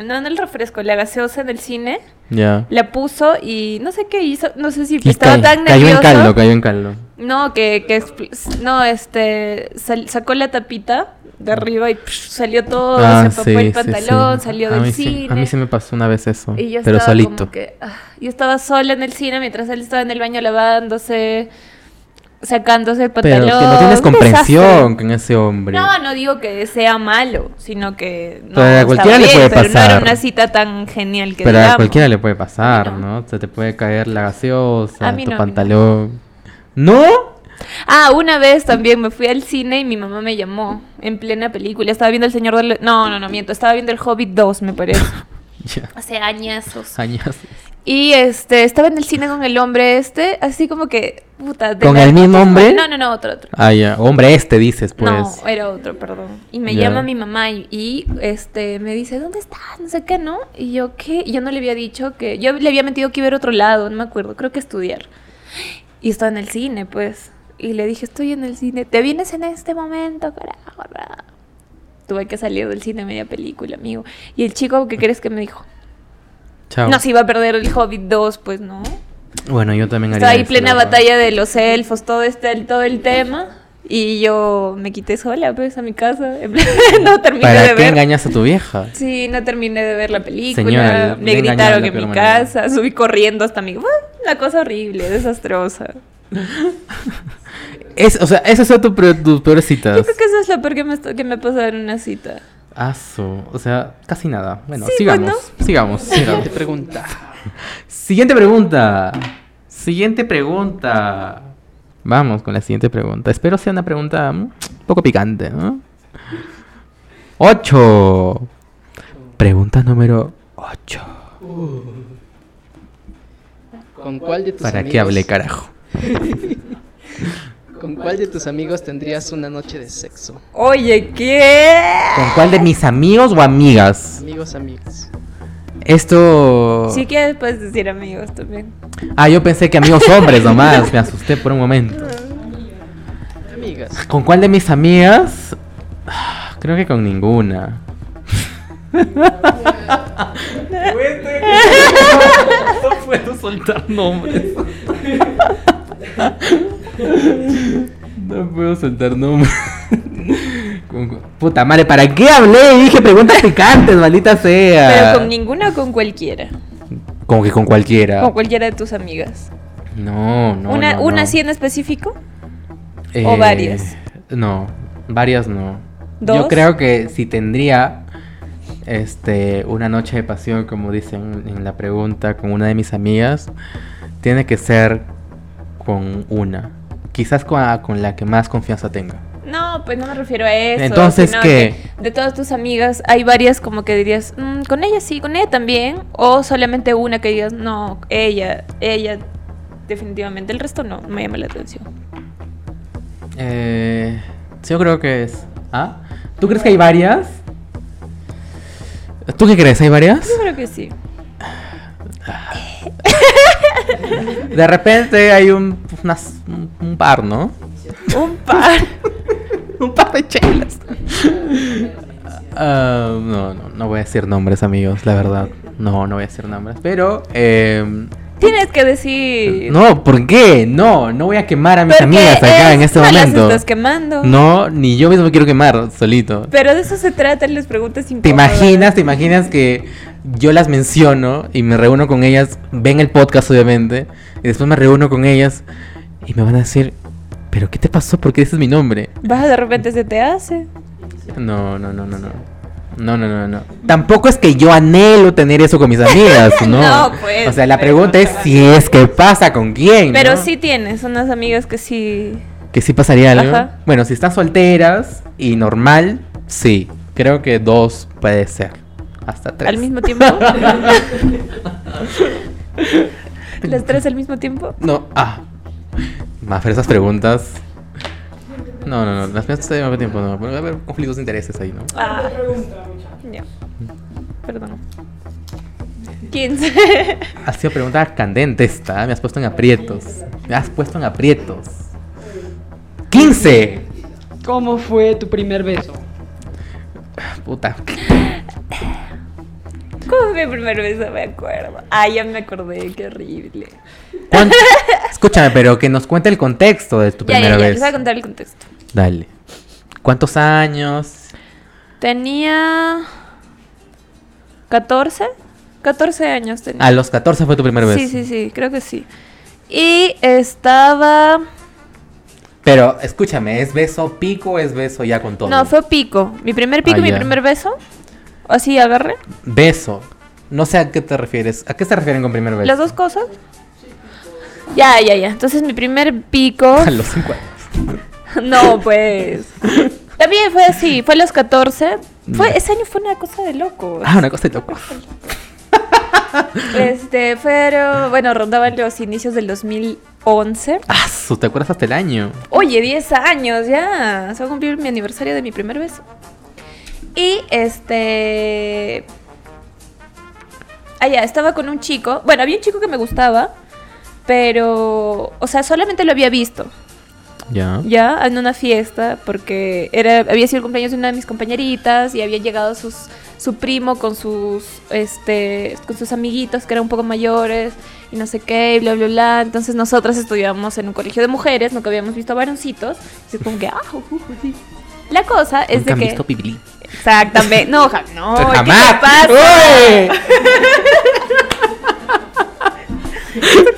Speaker 3: No, no el refresco, la gaseosa en el cine.
Speaker 2: Ya.
Speaker 3: La puso y no sé qué hizo, no sé si
Speaker 2: Y
Speaker 3: estaba
Speaker 2: ca-
Speaker 3: tan
Speaker 2: cayó
Speaker 3: nervioso.
Speaker 2: en caldo, cayó en caldo.
Speaker 3: No, que, que expl- no, este, sal- sacó la tapita de arriba y psh, salió todo,
Speaker 2: Ah,
Speaker 3: Oh, se
Speaker 2: sí,
Speaker 3: empapó el
Speaker 2: sí,
Speaker 3: pantalón,
Speaker 2: sí.
Speaker 3: salió
Speaker 2: A
Speaker 3: del
Speaker 2: mí sí-
Speaker 3: cine.
Speaker 2: a mí sí me pasó una vez eso,
Speaker 3: Y yo
Speaker 2: pero
Speaker 3: estaba
Speaker 2: solito.
Speaker 3: como que, ah, yo estaba sola en el cine mientras él estaba en el baño lavándose, sacándose el pantalón.
Speaker 2: Pero que no tienes
Speaker 3: Un
Speaker 2: comprensión
Speaker 3: desastre.
Speaker 2: con ese hombre.
Speaker 3: No, no digo que sea malo, sino que no
Speaker 2: Pero a
Speaker 3: estaba
Speaker 2: cualquiera le
Speaker 3: bien,
Speaker 2: puede
Speaker 3: Pero no
Speaker 2: pasar.
Speaker 3: era una cita tan genial que
Speaker 2: Pero a
Speaker 3: digamos.
Speaker 2: cualquiera le puede pasar,
Speaker 3: no.
Speaker 2: ¿no? Se te puede caer la
Speaker 3: A
Speaker 2: gaseosa,
Speaker 3: mí
Speaker 2: tu
Speaker 3: no, a mí no.
Speaker 2: pantalón. ¿No? <laughs>
Speaker 3: Ah, una vez también me fui al cine y mi mamá me llamó en plena película. Estaba viendo El Señor del... No, no, no, miento. Estaba viendo El Hobbit 2,
Speaker 2: <laughs>
Speaker 3: me parece.
Speaker 2: Ya.
Speaker 3: Hace añazos.
Speaker 2: Años.
Speaker 3: Y este, estaba en el cine con el hombre este, así como que, puta. de
Speaker 2: ¿Con el mismo hombre?
Speaker 3: No, no, no, otro, otro.
Speaker 2: Ah, ya. Hombre, este dices, pues.
Speaker 3: No, eh, era otro, perdón. Y me
Speaker 2: Ya.
Speaker 3: llama mi mamá y, y, este me dice, ¿dónde estás? No sé qué, ¿no? Y yo, ¿qué? Y Yo no le había dicho que. Yo le había metido que iba a ir a otro lado, no me acuerdo, creo que estudiar. Y estaba en el cine, pues. Y le dije, estoy en el cine. ¿Te vienes en este momento, carajo? bra?". Tuve que salir del cine a media película, amigo. Y el chico, ¿qué crees que me dijo?
Speaker 2: Chao.
Speaker 3: No se iba a perder el Hobbit 2, pues no.
Speaker 2: Bueno, yo también haría
Speaker 3: Estaba ahí
Speaker 2: eso,
Speaker 3: plena
Speaker 2: la verdad.
Speaker 3: batalla de los elfos, todo este, el- todo el tema. Y yo me quité sola, pues, a mi casa. En plan, <laughs> no terminé
Speaker 2: ¿Para
Speaker 3: de
Speaker 2: qué
Speaker 3: ver.
Speaker 2: engañas a tu vieja?
Speaker 3: Sí, no terminé de ver la película.
Speaker 2: Señora, le
Speaker 3: me
Speaker 2: he engañado de
Speaker 3: gritaron
Speaker 2: la
Speaker 3: en mi
Speaker 2: peor manera.
Speaker 3: casa. Subí corriendo hasta mi. ¡Uah! Una cosa horrible, desastrosa.
Speaker 2: Es, o sea, esas son tu pre- tus peores citas.
Speaker 3: Yo creo que eso es lo peor que me, esto- que me ha pasado en una cita.
Speaker 2: Aso. O sea, casi nada. Bueno,
Speaker 3: Sí,
Speaker 2: sigamos,
Speaker 3: bueno. <laughs>
Speaker 2: sigamos. Sigamos.
Speaker 4: Siguiente pregunta.
Speaker 2: Siguiente pregunta. Siguiente pregunta. Vamos con la siguiente pregunta. Espero sea una pregunta mm, un poco picante, ¿no? 8. Pregunta número 8.
Speaker 4: ¿Con cuál de tus
Speaker 2: ¿Para
Speaker 4: amigos,
Speaker 2: qué hablé, carajo?
Speaker 4: ¿Con cuál de tus amigos tendrías una noche de sexo?
Speaker 3: Oye, ¿qué?
Speaker 2: ¿Con cuál de mis amigos o amigas?
Speaker 4: Amigos, amigos.
Speaker 2: Esto.
Speaker 3: Si quieres, puedes decir amigos también.
Speaker 2: Ah, yo pensé que amigos hombres nomás. Me asusté por un momento.
Speaker 4: Amigas.
Speaker 2: ¿Con cuál de mis amigas? Ah, Creo que con ninguna. no puedo soltar nombres. No puedo soltar nombres. Con cu- Puta madre, ¿para qué hablé? Dije preguntas picantes, maldita sea.
Speaker 3: Pero con ninguna o con cualquiera.
Speaker 2: Como que con cualquiera.
Speaker 3: Con cualquiera de tus amigas.
Speaker 2: No, no.
Speaker 3: ¿Una,
Speaker 2: no,
Speaker 3: una
Speaker 2: no.
Speaker 3: así en específico? ¿O varias?
Speaker 2: Eh, No, varias no.
Speaker 3: ¿Dos?
Speaker 2: Yo creo que si tendría este una noche de pasión, como dicen en la pregunta, con una de mis amigas, tiene que ah, ser con una. Quizás con, con la que más confianza tenga.
Speaker 3: No, no, pues no me refiero a eso.
Speaker 2: Entonces,
Speaker 3: sino
Speaker 2: ¿qué?
Speaker 3: que De todas tus amigas, hay varias como que dirías, "Mm, con ella sí, con ella también. O solamente una que digas, no, ella, ella, definitivamente. El resto no, me llama la atención.
Speaker 2: Eh, yo creo que es. ¿Ah? ¿Tú crees que hay varias? ¿Tú qué crees? ¿Hay varias?
Speaker 3: Yo creo que sí.
Speaker 2: De repente hay un, unas- un- un par, ¿no?
Speaker 3: Un
Speaker 2: <laughs>
Speaker 3: par.
Speaker 2: un par de chelas. Ah, no, no, no voy a decir nombres, amigos, la verdad. No, no voy a decir nombres. Pero, eh,
Speaker 3: Tienes que decir.
Speaker 2: no, ¿por qué? No, no voy a quemar a mis
Speaker 3: Porque
Speaker 2: amigas acá
Speaker 3: es-
Speaker 2: en este
Speaker 3: no
Speaker 2: momento.
Speaker 3: Las estás quemando.
Speaker 2: No, ni yo mismo quiero quemar solito.
Speaker 3: Pero de eso se trata, las preguntas
Speaker 2: ¿Te
Speaker 3: incómodas.
Speaker 2: imaginas, te imaginas que yo las menciono y me reúno con ellas, ven el podcast obviamente, y después me reúno con ellas y me van a decir, pero ¿qué te pasó? ¿Por qué dices mi nombre?
Speaker 3: Vas de repente se te hace.
Speaker 2: No, no, no, no, no. No, no, no, no. Tampoco es que yo anhelo tener eso con mis amigas, <laughs> ¿no?
Speaker 3: No, pues,
Speaker 2: o sea, la
Speaker 3: pero-
Speaker 2: pregunta es si es que pasa con quién.
Speaker 3: Pero
Speaker 2: ¿no?
Speaker 3: sí tienes unas amigas que sí.
Speaker 2: Que sí pasaría algo.
Speaker 3: Ajá.
Speaker 2: Bueno, si están solteras y normal, sí. Creo que dos puede ser. Hasta tres.
Speaker 3: Al
Speaker 2: <laughs>
Speaker 3: mismo tiempo. Las tres al mismo tiempo.
Speaker 2: No, ah. Más esas preguntas. No, no, no. Las preguntas de más tiempo, no. Porque va a haber conflictos de intereses ahí, ¿no?
Speaker 3: Ah. Ya. Perdón. 15.
Speaker 2: Ha sido pregunta candente esta. Me has puesto en aprietos. Me has puesto en aprietos. ¡15!
Speaker 1: ¿Cómo fue tu primer beso?
Speaker 2: Puta.
Speaker 3: <laughs> ¿Cómo fue mi primer beso? Me acuerdo. Ah, ya me acordé, qué horrible. <laughs>
Speaker 2: ¿Cuánto- Escúchame, pero que nos cuente el contexto de tu
Speaker 3: Ya,
Speaker 2: primera
Speaker 3: ya, ya,
Speaker 2: vez.
Speaker 3: les voy a contar el contexto.
Speaker 2: Dale. ¿Cuántos años?
Speaker 3: Tenía 14, 14 años tenía.
Speaker 2: A los 14 fue tu primer Ah, vez.
Speaker 3: Sí, sí, sí, creo que sí. Y estaba...
Speaker 2: Pero escúchame, ¿es beso pico o es beso ya con todo?
Speaker 3: No, fue pico. Mi primer pico,
Speaker 2: Ah,
Speaker 3: y mi
Speaker 2: ya.
Speaker 3: primer beso. Así agarré.
Speaker 2: Beso. No sé a qué te refieres. ¿A qué se refieren con primer beso?
Speaker 3: Las dos cosas. Ya, ya, ya. Entonces mi primer pico...
Speaker 2: <laughs> A los 5
Speaker 3: <laughs> no, pues... También fue así, fue a los 14. Fue,
Speaker 2: Ya.
Speaker 3: ese año fue una cosa de loco.
Speaker 2: Ah, una cosa de loco.
Speaker 3: Este, pero bueno, rondaban los inicios del 2011.
Speaker 2: Ah, su, ¿te acuerdas hasta el año?
Speaker 3: Oye, 10 años ya. Se va a cumplir mi aniversario de mi primer beso. Y este. Allá, estaba con un chico. Bueno, había un chico que me gustaba. Pero. O sea, solamente lo había visto.
Speaker 2: Ya.
Speaker 3: Ya, en una fiesta. Porque era, había sido el cumpleaños de una de mis compañeritas. Y había llegado sus, su primo con sus. Este. Con sus amiguitos que eran un poco mayores. Y no sé qué, y bla, bla, bla. Entonces nosotras estudiábamos en un colegio de mujeres. Nunca habíamos visto varoncitos. Y es como que. Ah, uh, uh, sí. La cosa es
Speaker 2: Nunca
Speaker 3: de
Speaker 2: han
Speaker 3: que.
Speaker 2: visto Pibili.
Speaker 3: Exactamente. No, ja- no. ¿qué te
Speaker 2: ¡Jamás!
Speaker 3: pasa?
Speaker 2: ¡Uy!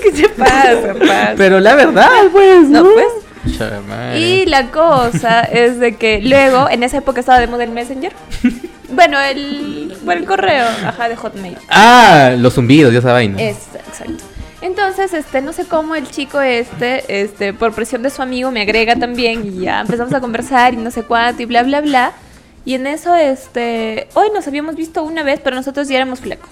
Speaker 3: ¿Qué te pasa, paz?
Speaker 2: ¡Oh! Pero la verdad, pues.
Speaker 3: No, pues.
Speaker 2: Chale, madre.
Speaker 3: Y la cosa es de que luego, en esa época estaba de moda el Messenger. Bueno, el, bueno, el correo, ajá, de Hotmail.
Speaker 2: Ah, los zumbidos, ya esa vaina.
Speaker 3: Es, exacto. Entonces, este, no sé cómo el chico este, este, por presión de su amigo me agrega también y ya empezamos a conversar y no sé cuánto y bla, bla, bla. Y en eso, este, hoy nos habíamos visto una vez, pero nosotros ya éramos flacos.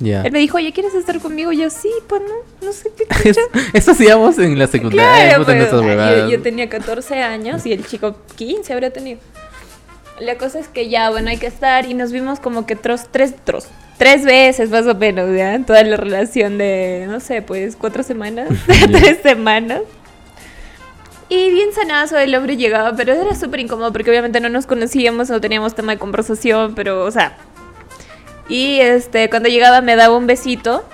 Speaker 2: Ya.
Speaker 3: Él me dijo, oye, ¿quieres estar conmigo? Y yo, sí, pues no, no sé qué.
Speaker 2: <laughs> Es- Eso hacíamos en la secundaria.
Speaker 3: Claro,
Speaker 2: puta, en
Speaker 3: pues,
Speaker 2: nuestras
Speaker 3: ay, yo,
Speaker 2: huevadas.
Speaker 3: yo tenía 14 años y el chico 15 habría tenido. La cosa es que ya, bueno, hay que estar y nos vimos como que tros, tres, tros, tres veces más o menos, ¿ya? En Toda la relación de, no sé, pues cuatro semanas, <laughs>
Speaker 2: Ya.
Speaker 3: tres semanas. Y bien sanazo el hombre llegaba, pero era súper incómodo porque obviamente no nos conocíamos, no teníamos tema de conversación, pero, o sea... Y este, cuando llegaba me daba un besito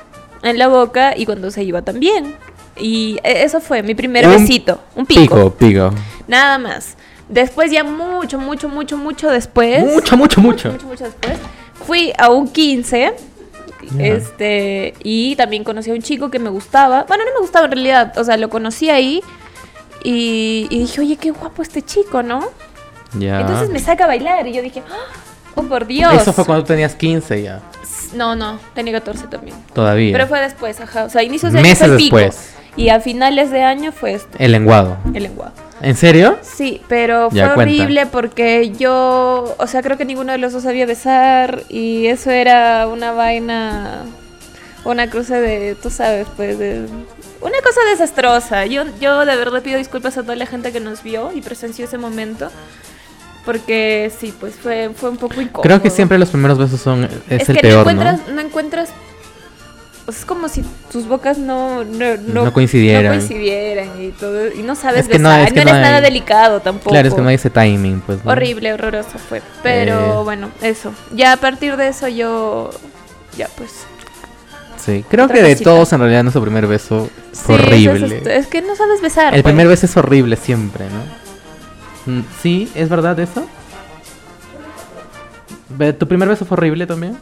Speaker 3: en la boca y cuando se iba también. Y e- eso fue mi primer
Speaker 2: Un
Speaker 3: besito, un pico,
Speaker 2: Pico, pico.
Speaker 3: nada más. Después ya mucho, mucho, mucho, mucho después.
Speaker 2: Mucho, mucho, mucho.
Speaker 3: Mucho, mucho después. Fui a un 15.
Speaker 2: Ya.
Speaker 3: Este, y también conocí a un chico que me gustaba. Bueno, no me gustaba en realidad. O sea, lo conocí ahí. Y, y dije, oye, qué guapo este chico, ¿no?
Speaker 2: Ya.
Speaker 3: Entonces me saca a bailar. Y yo dije, "Ah, oh, por Dios.
Speaker 2: Ah. Eso fue cuando tenías 15 ya.
Speaker 3: No, no, tenía 14 también.
Speaker 2: Todavía.
Speaker 3: Pero fue después, ajá. O sea, inicios de año
Speaker 2: Meses
Speaker 3: fue el pico.
Speaker 2: después.
Speaker 3: Y a finales de año fue esto,
Speaker 2: El lenguado.
Speaker 3: el lenguado.
Speaker 2: ¿En serio?
Speaker 3: Sí, pero fue
Speaker 2: Ya, cuenta.
Speaker 3: horrible porque yo, o sea, creo que ninguno de los dos sabía besar y eso era una vaina, una cruce de, tú sabes, pues, de- una cosa desastrosa. Yo, yo de verdad pido disculpas a toda la gente que nos vio y presenció ese momento porque sí, pues fue, fue un poco incómodo.
Speaker 2: Creo que siempre los primeros besos son es,
Speaker 3: es,
Speaker 2: el
Speaker 3: que
Speaker 2: peor,
Speaker 3: no
Speaker 2: ¿no?
Speaker 3: encuentras, no encuentras, pues, es como si tus bocas no, no,
Speaker 2: No,
Speaker 3: no,
Speaker 2: coincidieran.
Speaker 3: no coincidieran y todo y no sabes
Speaker 2: Es que no,
Speaker 3: besar, no,
Speaker 2: es que no
Speaker 3: eres
Speaker 2: hay-
Speaker 3: nada delicado tampoco.
Speaker 2: Claro, es que no hay ese timing, pues. ¿no?
Speaker 3: Horrible, horroroso fue, pero
Speaker 2: Eh.
Speaker 3: bueno, eso. Ya a partir de eso yo ya pues
Speaker 2: Sí, creo
Speaker 3: Otra
Speaker 2: que de
Speaker 3: cosita.
Speaker 2: todos en realidad nuestro primer beso
Speaker 3: sí,
Speaker 2: fue horrible.
Speaker 3: Es, es- es que no sabes besar.
Speaker 2: El
Speaker 3: pues.
Speaker 2: primer beso es horrible siempre, ¿no? Mm, Sí, ¿es verdad eso? Ve- ¿Tu primer beso fue horrible también?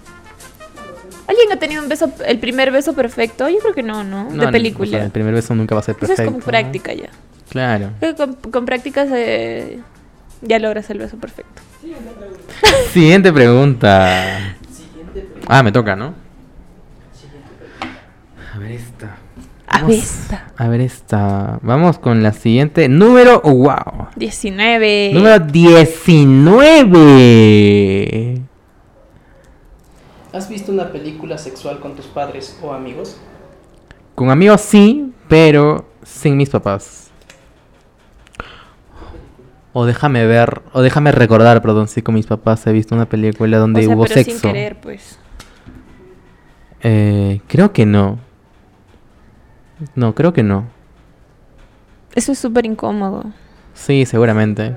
Speaker 3: ¿Alguien ha tenido un beso el primer beso perfecto? Yo creo que no, no,
Speaker 2: No,
Speaker 3: de
Speaker 2: no, o sea,
Speaker 3: película.
Speaker 2: el primer beso nunca va a ser
Speaker 3: eso es
Speaker 2: perfecto.
Speaker 3: como
Speaker 2: ¿no?
Speaker 3: práctica ya. <laughs>
Speaker 2: Claro.
Speaker 3: Creo que con, con práctica se- ya logras el beso perfecto.
Speaker 2: Siguiente pregunta. Ah, me toca, ¿no? A ver esta.
Speaker 3: A
Speaker 2: Vamos-
Speaker 3: vista.
Speaker 2: A ver esta. Vamos con la siguiente. Número, wow.
Speaker 3: 19.
Speaker 2: Número 19.
Speaker 4: ¿Has visto una película sexual con tus padres o amigos?
Speaker 2: Con amigos sí, pero sin mis papás. O déjame ver, o déjame recordar, perdón, sí, con mis papás he visto una película donde
Speaker 3: o sea,
Speaker 2: hubo
Speaker 3: pero sin
Speaker 2: sexo.
Speaker 3: querer, pues.
Speaker 2: Eh, creo que no. No, creo que no.
Speaker 3: Eso es súper incómodo.
Speaker 2: Sí, seguramente.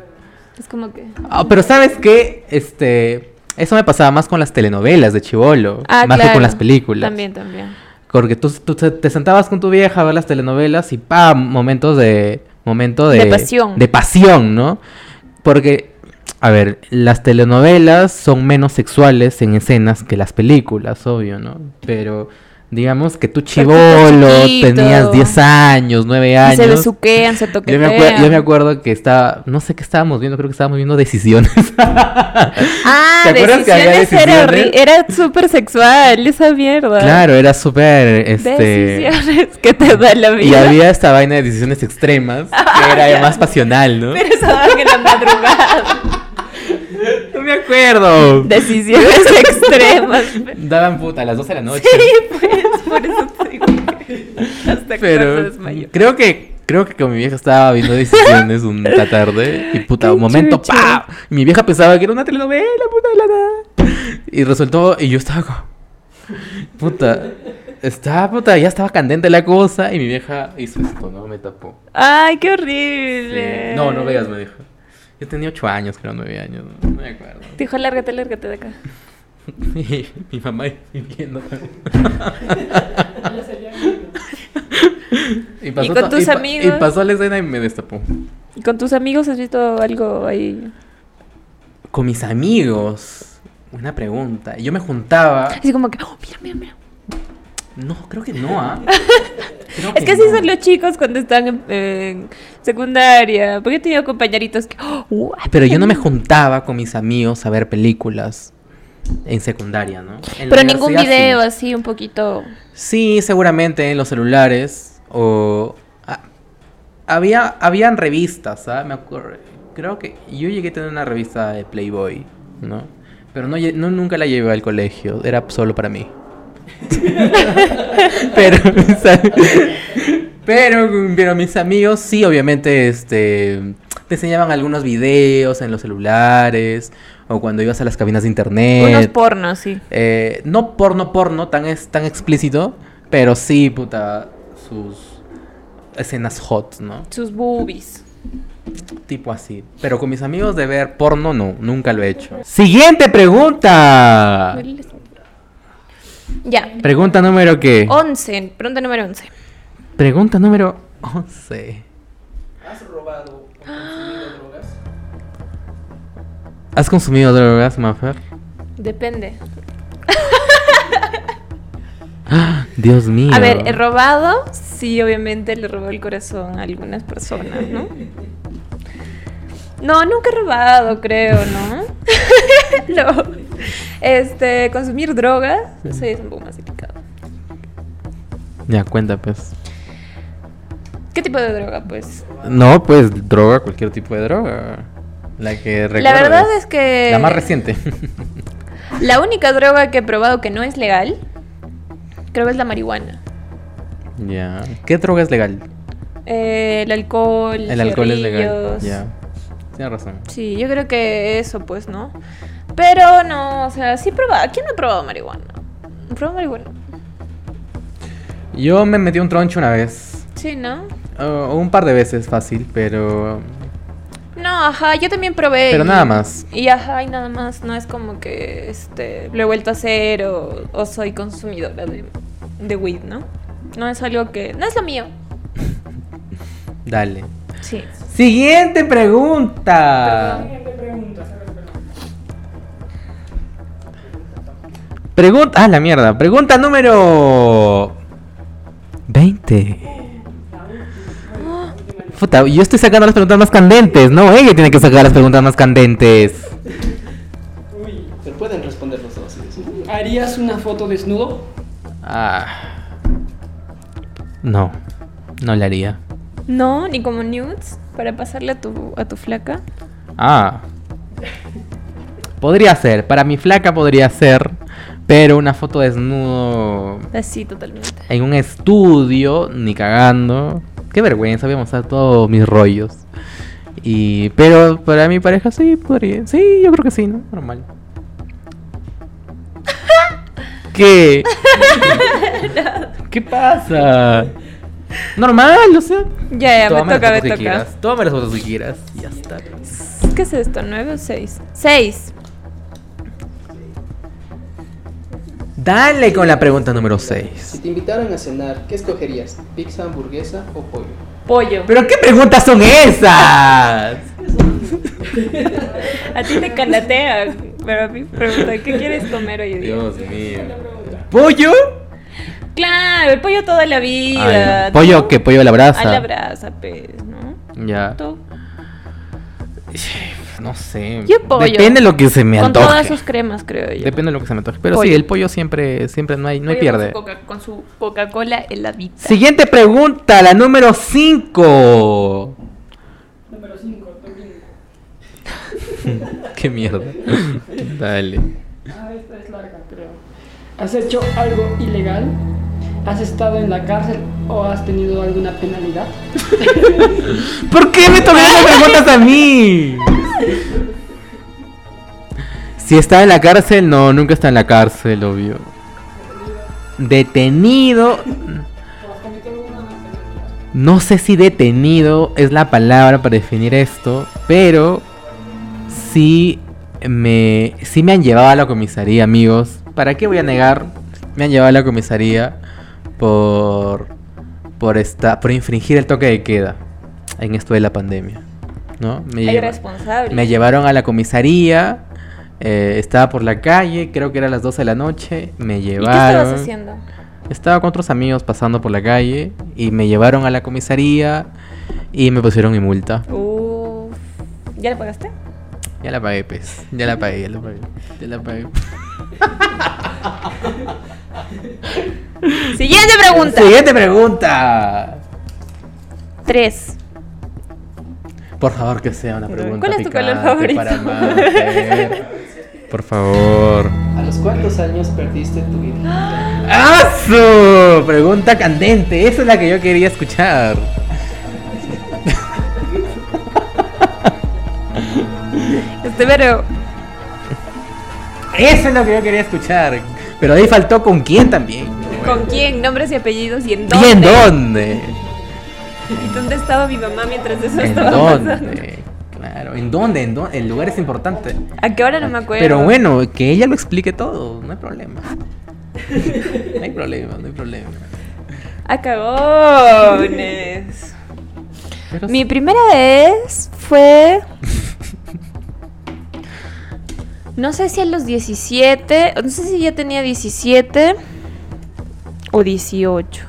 Speaker 3: Es como que
Speaker 2: Ah, pero ¿sabes qué? Este, eso me pasaba más con las telenovelas de Chivolo,
Speaker 3: Ah,
Speaker 2: más que
Speaker 3: claro.
Speaker 2: con las películas.
Speaker 3: También, también.
Speaker 2: Porque tú, tú te te sentabas con tu vieja a ver las telenovelas y ¡pam! Momentos de... Momento de...
Speaker 3: De pasión.
Speaker 2: De pasión, ¿no? Porque, a ver, las telenovelas son menos sexuales en escenas que las películas, obvio, ¿no? Pero digamos que tú
Speaker 3: tú estás
Speaker 2: chivolo,
Speaker 3: chiquito.
Speaker 2: tenías 10 años, 9
Speaker 3: Y se
Speaker 2: años.
Speaker 3: besuquean, se
Speaker 2: Yo
Speaker 3: toquetean.
Speaker 2: me, acuer- yo me acuerdo que estaba, no sé qué estábamos viendo, creo que estábamos viendo decisiones. <laughs>
Speaker 3: Ah,
Speaker 2: ¿Te acuerdas
Speaker 3: decisiones,
Speaker 2: que había
Speaker 3: era
Speaker 2: decisiones?
Speaker 3: horri- era súper sexual esa mierda.
Speaker 2: claro, era súper, este...
Speaker 3: Decisiones que te da la
Speaker 2: Y
Speaker 3: vida. Ah,
Speaker 2: había esta vaina de decisiones extremas, que era más pasional, ¿no?
Speaker 3: <laughs> Pero eso daban en la madrugada.
Speaker 2: No me acuerdo.
Speaker 3: Decisiones
Speaker 2: <laughs>
Speaker 3: extremas.
Speaker 2: Daban puta a las 12 de la noche.
Speaker 3: Sí, pues, por eso te digo que hasta que se
Speaker 2: pero
Speaker 3: desmayó.
Speaker 2: creo que creo que con mi vieja estaba viendo decisiones una tarde y puta,
Speaker 3: Qué
Speaker 2: un momento,
Speaker 3: chucha.
Speaker 2: pa. Y Mi vieja pensaba que era una telenovela, puta de la nada. Y resultó y yo estaba como puta, estaba puta, ya estaba candente la cosa y mi vieja hizo esto, no me tapó.
Speaker 3: Ay, qué
Speaker 2: Sí.
Speaker 3: horrible.
Speaker 2: No, no veas, me dijo. Yo tenía 8 años, creo, 9 años, no, no me acuerdo.
Speaker 3: Dijo, lárgate, lárgate de acá.
Speaker 2: <laughs> Y mi mamá viviendo. y,
Speaker 3: ¿Y con
Speaker 2: to-
Speaker 3: tus
Speaker 2: pa-
Speaker 3: amigos?
Speaker 2: y pasó la escena y me destapó.
Speaker 3: ¿Y ¿Con tus amigos has visto algo ahí?
Speaker 2: Con mis amigos. Una pregunta. Yo me juntaba.
Speaker 3: Así como que, oh, mira, mira, mira.
Speaker 2: No, creo que no,
Speaker 3: <laughs>
Speaker 2: ¿ah? Creo
Speaker 3: Es que así
Speaker 2: no.
Speaker 3: son los chicos cuando están en, en secundaria. Porque he tenido compañeritos que. ¡oh! ¡Wow!
Speaker 2: Pero yo no me juntaba con mis amigos a ver películas en secundaria, ¿no? En la
Speaker 3: Pero ningún
Speaker 2: universidad, sí.
Speaker 3: video así, un poquito.
Speaker 2: Sí, seguramente en los celulares o ah, había habían revistas, ¿sabes? Me acuerdo, creo que yo llegué a tener una revista de Playboy, ¿no? Pero no, lle- no nunca la llevé al colegio, era solo para mí. pero, <laughs> ¿sabes? pero pero mis amigos sí, obviamente este te enseñaban algunos videos en los celulares o cuando ibas a las cabinas de
Speaker 3: unos
Speaker 2: internet.
Speaker 3: pornos, sí.
Speaker 2: Eh, no porno porno tan es tan explícito, pero sí, puta, sus escenas hot, ¿no?
Speaker 3: Sus boobies.
Speaker 2: Tipo así. Pero con mis amigos de ver porno no, nunca lo he hecho. Siguiente pregunta.
Speaker 3: Ya.
Speaker 2: Pregunta número qué?
Speaker 3: Oh. 11. Pregunta número 11.
Speaker 2: Pregunta número 11.
Speaker 4: ¿Has robado o consumido drogas?
Speaker 2: ¿Has consumido drogas,
Speaker 3: <gasps>
Speaker 2: Maffer?
Speaker 3: Depende.
Speaker 2: Dios mío.
Speaker 3: A ver, he robado. Sí, obviamente le robó el corazón a algunas personas, ¿no? No, nunca he robado, creo, ¿no? <laughs> no. Este, consumir drogas. Eso ya es un poco más delicado.
Speaker 2: Ya, cuenta pues.
Speaker 3: ¿Qué tipo de droga, pues?
Speaker 2: No, pues droga, cualquier tipo de droga. La que recuerdes.
Speaker 3: La verdad es que.
Speaker 2: La más reciente. <laughs>
Speaker 3: La única droga que he probado que no es legal, creo que es la marihuana.
Speaker 2: Ya. ¿Qué droga es legal?
Speaker 3: Eh, el alcohol,
Speaker 2: El alcohol es legal. Ya.
Speaker 3: cigarrillos.
Speaker 2: Tienes razón.
Speaker 3: Sí, yo creo que eso, pues, ¿no? Pero no, o sea, sí probado. ¿Quién no ha probado marihuana? ¿Probó marihuana?
Speaker 2: Yo me metí un troncho una vez.
Speaker 3: Sí, ¿no?
Speaker 2: O un par de veces, fácil, pero.
Speaker 3: No, ajá, yo también probé.
Speaker 2: Pero
Speaker 3: y-
Speaker 2: nada más.
Speaker 3: Y ajá, y nada más, no es como que este, lo he vuelto a hacer o, o soy consumidora de, de weed, ¿no? No es algo que... No es lo mío.
Speaker 2: Dale.
Speaker 3: Sí.
Speaker 2: Siguiente pregunta. Pregunta. Ah, la mierda. Pregunta número 20. Puta, yo estoy sacando las preguntas más candentes. No, ella tiene que sacar las preguntas más candentes.
Speaker 4: Pero pueden responder los dos. sí, sí.
Speaker 1: ¿Harías una foto desnudo?
Speaker 2: Ah. No, no la haría.
Speaker 3: No, ni como nudes, para pasarle a tu, a tu flaca.
Speaker 2: Ah. Podría ser, para mi flaca podría ser, pero una foto desnudo
Speaker 3: Así totalmente.
Speaker 2: en un estudio, ni cagando. Qué vergüenza, voy a mostrar todos mis rollos. Y pero para mi pareja sí podría. Sí, yo creo que sí, ¿no?
Speaker 3: <laughs>
Speaker 2: Normal.
Speaker 3: <laughs>
Speaker 2: ¿Qué? ¿Qué pasa? Normal, o sea.
Speaker 3: Ya, ya,
Speaker 2: tómame las
Speaker 3: Eh, me toca,
Speaker 2: fotos
Speaker 3: me
Speaker 2: que
Speaker 3: toca.
Speaker 2: quieras, Tómame las fotos que quieras. Ya está.
Speaker 3: ¿Qué es esto? ¿Nueve o seis? Seis.
Speaker 2: Dale con la pregunta número
Speaker 4: Si
Speaker 2: 6.
Speaker 4: te invitaran a cenar, ¿qué escogerías? ¿Pizza, hamburguesa o pollo?
Speaker 3: Pollo.
Speaker 2: ¿Pero qué preguntas son esas?
Speaker 3: A ti te canatea, pero a mí pregunta, ¿qué quieres comer hoy día?
Speaker 2: mío. ¿Pollo?
Speaker 3: Claro, el pollo toda la vida.
Speaker 2: Ay, ¿Pollo
Speaker 3: ¿Tú?
Speaker 2: qué? ¿Pollo a la brasa?
Speaker 3: A la brasa, pues, ¿no?
Speaker 2: Ya.
Speaker 3: Tú.
Speaker 2: No sé.
Speaker 3: Yo pollo.
Speaker 2: Depende de lo que se me
Speaker 3: Con
Speaker 2: antoje.
Speaker 3: todas sus cremas, creo yo.
Speaker 2: Depende de lo que se me antoje. Pero
Speaker 3: Pollo.
Speaker 2: sí, el pollo siempre, siempre no hay, no hay
Speaker 3: Pollo
Speaker 2: pierde.
Speaker 3: Con su, Coca- con su Coca-Cola heladita.
Speaker 2: Siguiente pregunta, la número 5.
Speaker 1: Número 5, también.
Speaker 2: <laughs> qué mierda. <laughs> Dale.
Speaker 1: Ah, esta es larga, creo. ¿Has hecho algo ilegal? ¿Has estado en la cárcel o has tenido alguna penalidad?
Speaker 2: ¿Por qué me tomaron las preguntas a mí? Si está en la cárcel, no, nunca está en la cárcel, obvio. Detenido. No sé si detenido es la palabra para definir esto, pero sí me, sí me han llevado a la comisaría, amigos. ¿Para qué voy a negar? Me han llevado a la comisaría por por esta, por infringir el toque de queda en esto de la pandemia, ¿no? Me
Speaker 3: Hay
Speaker 2: lleva-
Speaker 3: responsable.
Speaker 2: me llevaron a la comisaría. eh, estaba por la calle, creo que era las 12 de la noche. Me
Speaker 3: ¿Y qué
Speaker 2: llevaron.
Speaker 3: estabas haciendo?
Speaker 2: Estaba con otros amigos pasando por la calle y me llevaron a la comisaría y me pusieron mi multa.
Speaker 3: Uf. ¿Ya le pagaste?
Speaker 2: <laughs> Ya la pagué, pues. Ya la pagué, ya la pagué. Ya la pagué.
Speaker 3: Siguiente pregunta.
Speaker 2: Siguiente pregunta.
Speaker 3: Tres.
Speaker 2: Por favor, que sea una pregunta.
Speaker 3: ¿Cuál es tu color
Speaker 2: picante para
Speaker 3: favorito?
Speaker 2: Marte. Por favor.
Speaker 4: ¿A los cuántos años perdiste tu virginidad?
Speaker 2: ¡Aso! ¡Ah, Pregunta candente. Esa es la que yo quería escuchar.
Speaker 3: Este, pero.
Speaker 2: Eso es lo que yo quería escuchar. Pero ahí faltó con quién también.
Speaker 3: ¿Con quién? Nombres y apellidos y en dónde.
Speaker 2: ¿Y en dónde?
Speaker 3: <laughs> ¿Y dónde estaba mi mamá mientras eso
Speaker 2: ¿En
Speaker 3: estaba pasando?
Speaker 2: dónde? Claro, ¿en dónde? ¿En dónde? El lugar es importante.
Speaker 3: ¿A qué hora no me acuerdo?
Speaker 2: Pero bueno, que ella lo explique todo, no hay problema.
Speaker 3: <laughs>
Speaker 2: No hay problema, no hay problema.
Speaker 3: ¡A cagones!
Speaker 2: Pero
Speaker 3: Mi primera vez fue. No sé si a los 17. No sé si ya tenía 17 o 18.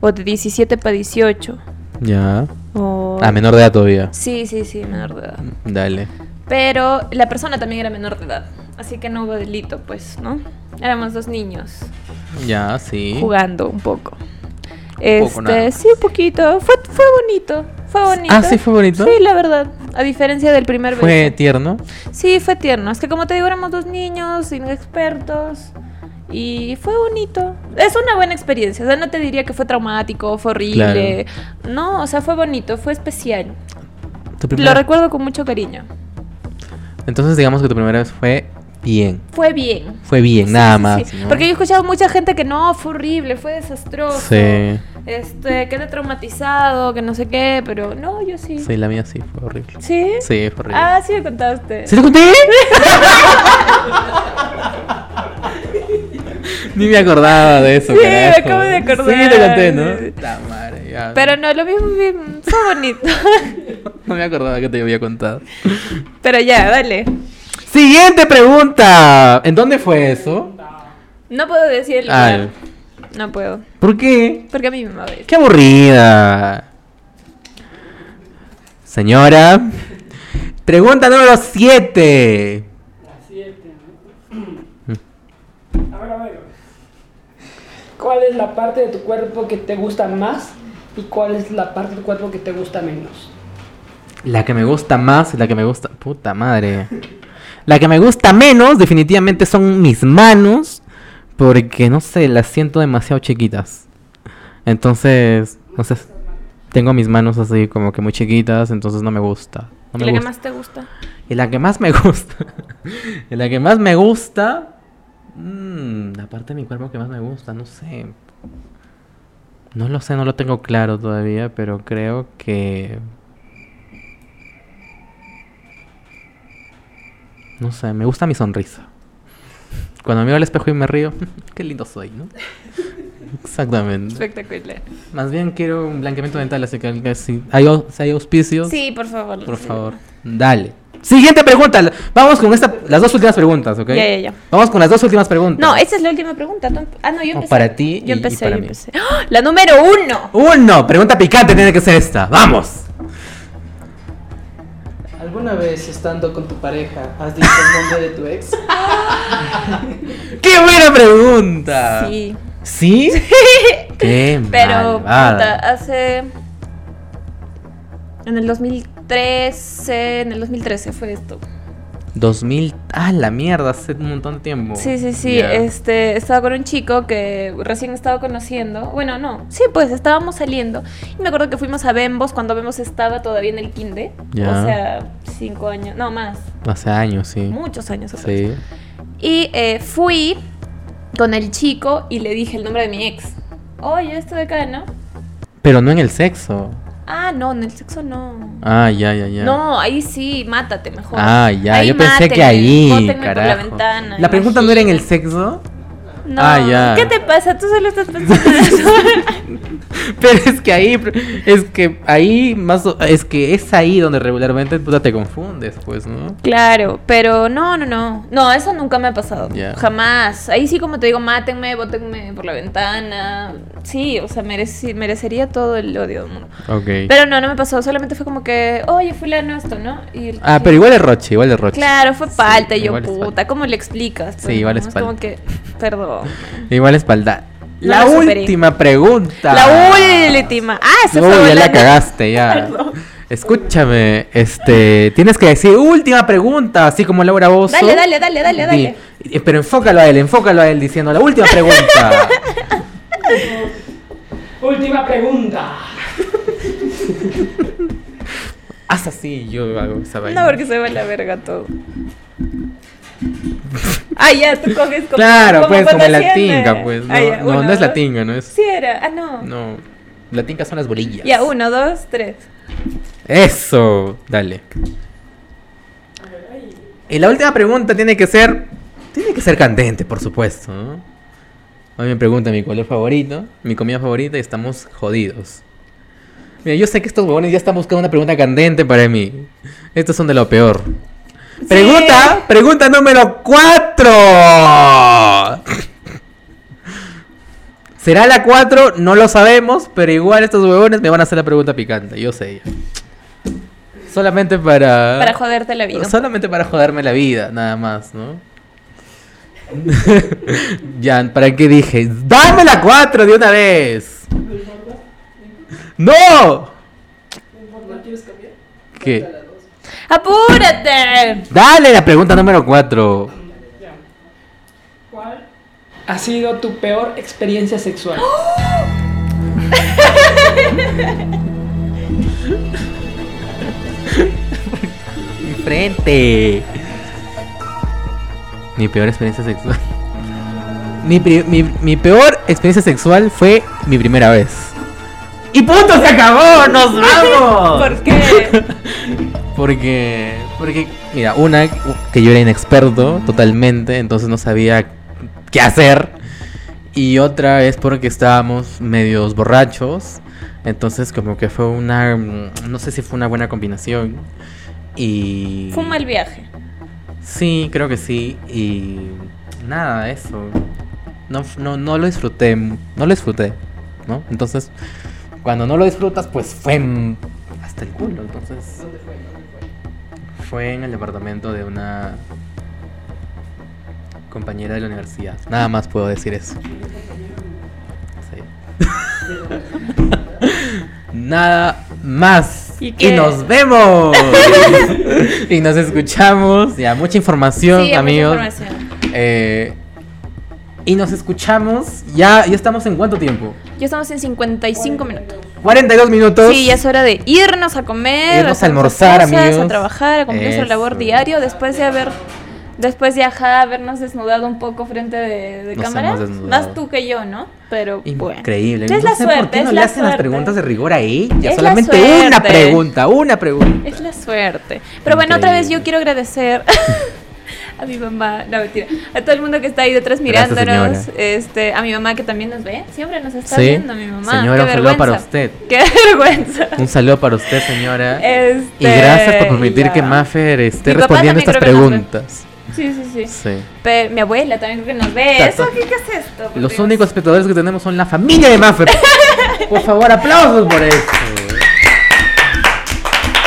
Speaker 3: O de 17 para 18.
Speaker 2: Ya.
Speaker 3: O...
Speaker 2: A menor de edad todavía.
Speaker 3: Sí, sí, sí, menor de edad.
Speaker 2: Dale.
Speaker 3: Pero la persona también era menor de edad. Así que no hubo delito, pues, ¿no? Éramos dos niños
Speaker 2: Ya, sí.
Speaker 3: jugando un poco. Este,
Speaker 4: poco, nada más.
Speaker 3: sí, un poquito. Fue, fue bonito. Fue bonito.
Speaker 2: Ah, sí, fue bonito.
Speaker 3: Sí, la verdad. A diferencia del primer
Speaker 2: Fue
Speaker 3: beso.
Speaker 2: tierno.
Speaker 3: Sí, fue tierno. Es que como te digo, éramos dos niños, inexpertos. Y fue bonito. Es una buena experiencia. O sea, no te diría que fue traumático, fue horrible. No, o sea, fue bonito, fue especial.
Speaker 2: Tu
Speaker 3: Lo
Speaker 2: primera-
Speaker 3: recuerdo con mucho cariño.
Speaker 2: Entonces digamos que tu primera vez fue bien.
Speaker 3: Fue bien.
Speaker 2: Fue bien,
Speaker 3: Sí,
Speaker 2: nada
Speaker 3: sí,
Speaker 2: más.
Speaker 3: sí.
Speaker 2: ¿no?
Speaker 3: Porque yo he escuchado mucha gente que no, fue horrible, fue desastroso.
Speaker 2: Sí,
Speaker 3: Este, quedé traumatizado, que no sé qué, pero no, yo sí.
Speaker 2: sí, la mía sí fue horrible.
Speaker 3: ¿Sí?
Speaker 2: Sí, fue horrible.
Speaker 3: Ah, sí me contaste.
Speaker 2: ¿Se lo
Speaker 3: <laughs>
Speaker 2: conté? Ni me acordaba de eso.
Speaker 3: Sí, me
Speaker 2: carajo.
Speaker 3: acabo de acordar.
Speaker 2: Sí, te conté,
Speaker 3: Sí, sí.
Speaker 2: ¿no? La madre, ya.
Speaker 3: Pero no, lo mismo, bien, fue bonito. <laughs>
Speaker 2: No me acordaba que te había contado.
Speaker 3: pero ya, dale.
Speaker 2: Siguiente pregunta. ¿En dónde fue eso?
Speaker 3: No puedo decir el lugar.
Speaker 2: Ay,
Speaker 3: No puedo.
Speaker 2: ¿Por qué?
Speaker 3: Porque a mí me va a ver.
Speaker 2: ¡Qué aburrida! Señora. Pregunta número 7.
Speaker 1: Ahora bueno. ¿Cuál es la parte de tu cuerpo que te gusta más y cuál es la parte de tu cuerpo que te gusta menos?
Speaker 2: La que me gusta más y la que me gusta. Puta madre. La que me gusta menos, definitivamente, son mis manos. Porque no sé, las siento demasiado chiquitas. Entonces, no sé. Tengo mis manos así como que muy chiquitas, entonces no me gusta. No me
Speaker 3: ¿Y la que
Speaker 2: gusta.
Speaker 3: más te gusta?
Speaker 2: Y la que más me <laughs> gusta. y la que más me gusta. mm, la parte de mi cuerpo que más me gusta, no sé. No lo sé, no lo tengo claro todavía, pero creo que. No sé, me gusta mi sonrisa. Cuando miro al espejo y me río, <laughs> qué lindo soy, ¿no? Exactamente.
Speaker 3: Espectacular.
Speaker 2: Más bien quiero un blanqueamiento dental, así que que si hay, au- si hay auspicios.
Speaker 3: Sí, por favor.
Speaker 2: Por favor, dale. Siguiente pregunta. la- Vamos con esta, las dos últimas preguntas, ¿ok?
Speaker 3: Ya, ya, ya.
Speaker 2: Vamos con las dos últimas preguntas.
Speaker 3: No, esa es la última pregunta. tú empe- Ah, no, yo
Speaker 2: No,
Speaker 3: empecé.
Speaker 2: para ti y- y
Speaker 3: Yo empecé,
Speaker 2: para
Speaker 3: yo
Speaker 2: mí.
Speaker 3: empecé. ¡Ah! La número uno.
Speaker 2: Uno, pregunta picante tiene que ser esta. Vamos.
Speaker 4: ¿Alguna vez estando con tu pareja has dicho el nombre de tu ex?
Speaker 2: ¡Qué buena pregunta!
Speaker 3: Sí. <laughs>
Speaker 2: ¿Sí? ¡Qué
Speaker 3: Pero puta,
Speaker 2: malvada.
Speaker 3: hace. En el 2013. En el 2013 fue esto.
Speaker 2: 2000. ¡Ah, la mierda! Hace un montón de tiempo.
Speaker 3: Sí, sí, sí.
Speaker 2: Oh, Ya.
Speaker 3: Este, estaba con un chico que recién estaba conociendo. Bueno, no. Sí, pues estábamos saliendo. Y me acuerdo que fuimos a Bembos cuando Bembos estaba todavía en el Kinde.
Speaker 2: Ya.
Speaker 3: O sea, cinco años. No, más.
Speaker 2: Hace años, sí.
Speaker 3: Muchos años atrás.
Speaker 2: Sí.
Speaker 3: Y eh, fui con el chico y le dije el nombre de mi ex. Oye, esto de acá, ¿no?
Speaker 2: Pero no en el sexo.
Speaker 3: Ah, no, en el sexo no.
Speaker 2: Ah, ya, ya, ya.
Speaker 3: No, ahí sí, mátate mejor.
Speaker 2: Ah, ya.
Speaker 3: Ahí
Speaker 2: Yo pensé que
Speaker 3: mátenme,
Speaker 2: ahí.
Speaker 3: bótenme por
Speaker 2: Carajo.
Speaker 3: la ventana.
Speaker 2: pregunta no era en el sexo.
Speaker 3: No,
Speaker 2: Ah, ya.
Speaker 3: ¿qué te pasa? Tú solo
Speaker 2: <laughs>
Speaker 3: estás pensando en eso.
Speaker 2: Pero es que ahí, es que ahí más, o- es que es ahí donde regularmente puta, te confundes, pues, ¿no?
Speaker 3: claro, pero no, no, no. No, eso nunca me ha pasado.
Speaker 2: Ya.
Speaker 3: Jamás. Ahí sí, como te digo, mátenme, bótenme por la ventana. Sí, o sea, mereci- merecería todo el odio del mundo.
Speaker 2: Ok.
Speaker 3: Pero no, no me pasó. Solamente fue como que, oye, fulano, esto, ¿no? Y el
Speaker 2: ah, pero igual es Roche, igual es Roche.
Speaker 3: Claro, fue falta. y yo,
Speaker 2: igual es
Speaker 3: puta,
Speaker 2: falta.
Speaker 3: ¿cómo le explicas? Pues,
Speaker 2: Sí, igual
Speaker 3: ¿no?
Speaker 2: es
Speaker 3: como
Speaker 2: falta.
Speaker 3: que, perdón.
Speaker 2: Igual es palda.
Speaker 3: No
Speaker 2: la
Speaker 3: lo superé.
Speaker 2: última pregunta.
Speaker 3: La última. Ah, se
Speaker 2: Uy,
Speaker 3: fue
Speaker 2: ya la
Speaker 3: volando.
Speaker 2: cagaste, <laughs> ya. Escúchame, este, tienes que decir última pregunta, así como Laura Bozo.
Speaker 3: Dale, dale, dale, dale, dale.
Speaker 2: Di- eh, Pero enfócalo a él, enfócalo a él diciendo la última <laughs> pregunta.
Speaker 1: Última pregunta.
Speaker 2: Haz así, yo hago esa vaina.
Speaker 3: No, porque se va a la verga todo. Ah, ya, tú coges como.
Speaker 2: Claro, pues,
Speaker 3: cuando
Speaker 2: como la
Speaker 3: asciende.
Speaker 2: tinga, pues. No,
Speaker 3: Ah, ya,
Speaker 2: no,
Speaker 3: uno,
Speaker 2: no es la
Speaker 3: dos.
Speaker 2: tinga, no es.
Speaker 3: Sí, era. Ah, no.
Speaker 2: No. La tinga son las bolillas.
Speaker 3: Ya, uno, dos, tres.
Speaker 2: Eso. Dale. Y la última pregunta tiene que ser. Tiene que ser candente, por supuesto, ¿no? A mí me pregunta mi color favorito, mi comida favorita y estamos jodidos. Mira, yo sé que estos huevones ya están buscando una pregunta candente para mí. Estos son de lo peor. Pregunta, pregunta número 4. ¿Será la 4? No lo sabemos, pero igual estos huevones me van a hacer la pregunta picante, yo sé. ya. Solamente para...
Speaker 3: Para joderte la vida.
Speaker 2: Solamente para joderme la vida, nada más, ¿no? <laughs> Jan, ¿para qué dije? ¡Dame la 4 de una vez! ¡No!
Speaker 1: ¿No quieres cambiar?
Speaker 2: ¿Qué?
Speaker 3: ¡Apúrate!
Speaker 2: Dale la pregunta número 4.
Speaker 1: ¿Cuál ha sido tu peor experiencia sexual?
Speaker 2: Mi frente. Mi peor experiencia sexual. Mi, pri- mi- mi peor experiencia sexual fue mi primera vez. ¡Y punto! ¡Se acabó!
Speaker 3: <laughs>
Speaker 2: ¡Nos vamos!
Speaker 3: ¿Por qué?
Speaker 2: Porque, porque, mira, una que yo era inexperto totalmente, entonces no sabía qué hacer. Y otra es porque estábamos medios borrachos, entonces como que fue una, mm, no sé si fue una buena combinación. Y...
Speaker 3: Fue un mal viaje.
Speaker 2: Sí, creo que sí. Y nada, eso. No, f- no, no lo disfruté, mu- no lo disfruté, ¿no? Entonces, cuando no lo disfrutas, pues fue mm, hasta el culo, entonces...
Speaker 4: ¿Dónde fue? ¿Dónde fue?
Speaker 2: Fue en el departamento de una compañera de la universidad. Nada más puedo decir eso. Sí. <laughs> Nada más.
Speaker 3: ¿Y
Speaker 2: ¿Y,
Speaker 3: qué?
Speaker 2: nos vemos. <laughs> y nos escuchamos. Ya, mucha información,
Speaker 3: Sí,
Speaker 2: amigos.
Speaker 3: mucha información.
Speaker 2: Eh, y nos escuchamos. Ya, ya estamos en cuánto tiempo?
Speaker 3: Ya estamos en 55 minutos.
Speaker 2: 42 minutos.
Speaker 3: Sí, ya es hora de irnos a comer,
Speaker 2: Irnos a
Speaker 3: hacer
Speaker 2: almorzar,
Speaker 3: cosas,
Speaker 2: amigos.
Speaker 3: a trabajar, a cumplir su
Speaker 2: Eso.
Speaker 3: labor diario después de haber después de ajá, habernos desnudado un poco frente de, de
Speaker 2: Nos
Speaker 3: cámara.
Speaker 2: hemos desnudado.
Speaker 3: Más tú que yo, ¿no? Pero bueno.
Speaker 2: Increíble.
Speaker 3: Es
Speaker 2: no
Speaker 3: la
Speaker 2: sé por
Speaker 3: suerte,
Speaker 2: qué no
Speaker 3: es
Speaker 2: le
Speaker 3: la
Speaker 2: hacen las
Speaker 3: suerte.
Speaker 2: preguntas de rigor a ella.
Speaker 3: Es la
Speaker 2: Solamente una
Speaker 3: suerte.
Speaker 2: pregunta, una pregunta.
Speaker 3: Es la suerte. Pero bueno, otra vez
Speaker 2: Increíble.
Speaker 3: yo quiero agradecer <laughs> a mi mamá, no mentira, a todo el mundo que está ahí detrás
Speaker 2: Gracias,
Speaker 3: mirándonos,
Speaker 2: señora.
Speaker 3: este, a mi mamá que también nos ve, siempre nos está
Speaker 2: Sí.
Speaker 3: viendo mi mamá.
Speaker 2: Señora, un saludo
Speaker 3: Qué vergüenza.
Speaker 2: para usted.
Speaker 3: Qué <laughs> vergüenza.
Speaker 2: Un saludo para usted, señora.
Speaker 3: Este,
Speaker 2: y gracias por permitir
Speaker 3: ya.
Speaker 2: que Maffer esté
Speaker 3: Mi papá
Speaker 2: respondiendo estas
Speaker 3: también creo que nos
Speaker 2: preguntas.
Speaker 3: Sí, sí, sí.
Speaker 2: Sí.
Speaker 3: Pe- mi abuela también creo que nos ve.
Speaker 2: Exacto.
Speaker 3: ¿Eso qué, qué es esto? por
Speaker 2: Los
Speaker 3: Dios?
Speaker 2: únicos espectadores que tenemos son la familia de
Speaker 3: <laughs>
Speaker 2: Maffer. Por favor, aplausos por eso.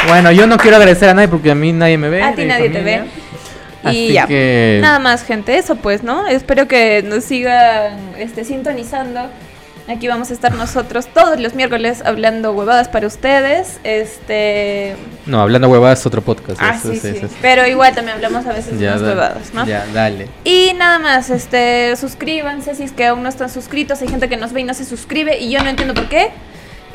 Speaker 2: Bueno, yo no quiero agradecer a nadie porque a mí nadie me ve.
Speaker 3: A ti
Speaker 2: de
Speaker 3: nadie te
Speaker 2: familia.
Speaker 3: ve.
Speaker 2: Así
Speaker 3: Y ya.
Speaker 2: que
Speaker 3: Nada más, gente, eso pues, ¿no? Espero que nos sigan este, sintonizando. Aquí vamos a estar nosotros todos los miércoles hablando huevadas para ustedes. Este.
Speaker 2: No, hablando huevadas es otro podcast.
Speaker 3: Ah,
Speaker 2: Pues eso,
Speaker 3: sí,
Speaker 2: eso,
Speaker 3: sí.
Speaker 2: eso.
Speaker 3: Pero igual también hablamos a veces de
Speaker 2: Ya,
Speaker 3: unas
Speaker 2: da-
Speaker 3: huevadas, ¿no?
Speaker 2: ya, dale.
Speaker 3: Y nada más, este, suscríbanse si es que aún no están suscritos. Hay gente que nos ve y no se suscribe y yo no entiendo por qué.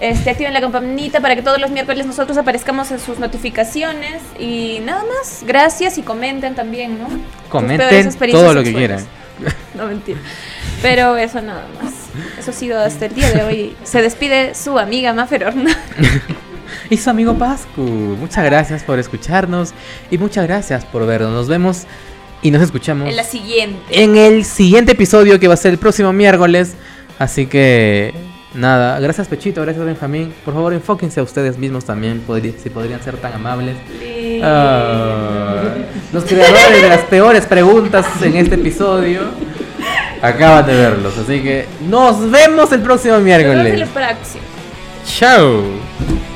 Speaker 3: Este, activen la campanita para que todos los miércoles nosotros aparezcamos en sus notificaciones. Y nada más, gracias y comenten también, ¿no? Tus peores
Speaker 2: Comenten
Speaker 3: experiencias
Speaker 2: todo lo que
Speaker 3: sexuales.
Speaker 2: quieran.
Speaker 3: No, mentira. Pero eso nada más. Eso ha sido hasta el día de hoy. Se despide su amiga Mafer Horna.
Speaker 2: Y su amigo Pascu. Muchas gracias por escucharnos y muchas gracias por vernos. Nos vemos y nos escuchamos
Speaker 3: En la siguiente.
Speaker 2: en el siguiente episodio que va a ser el próximo miércoles. Así que nada, gracias Pechito, gracias Benjamín. Por favor, enfóquense a ustedes mismos también, podri- si podrían ser tan amables. Ah, los creadores de las peores preguntas en este episodio acaban de verlos. Así que nos vemos el próximo
Speaker 3: Nos vemos en
Speaker 2: miércoles.
Speaker 3: la próxima.
Speaker 2: Chao.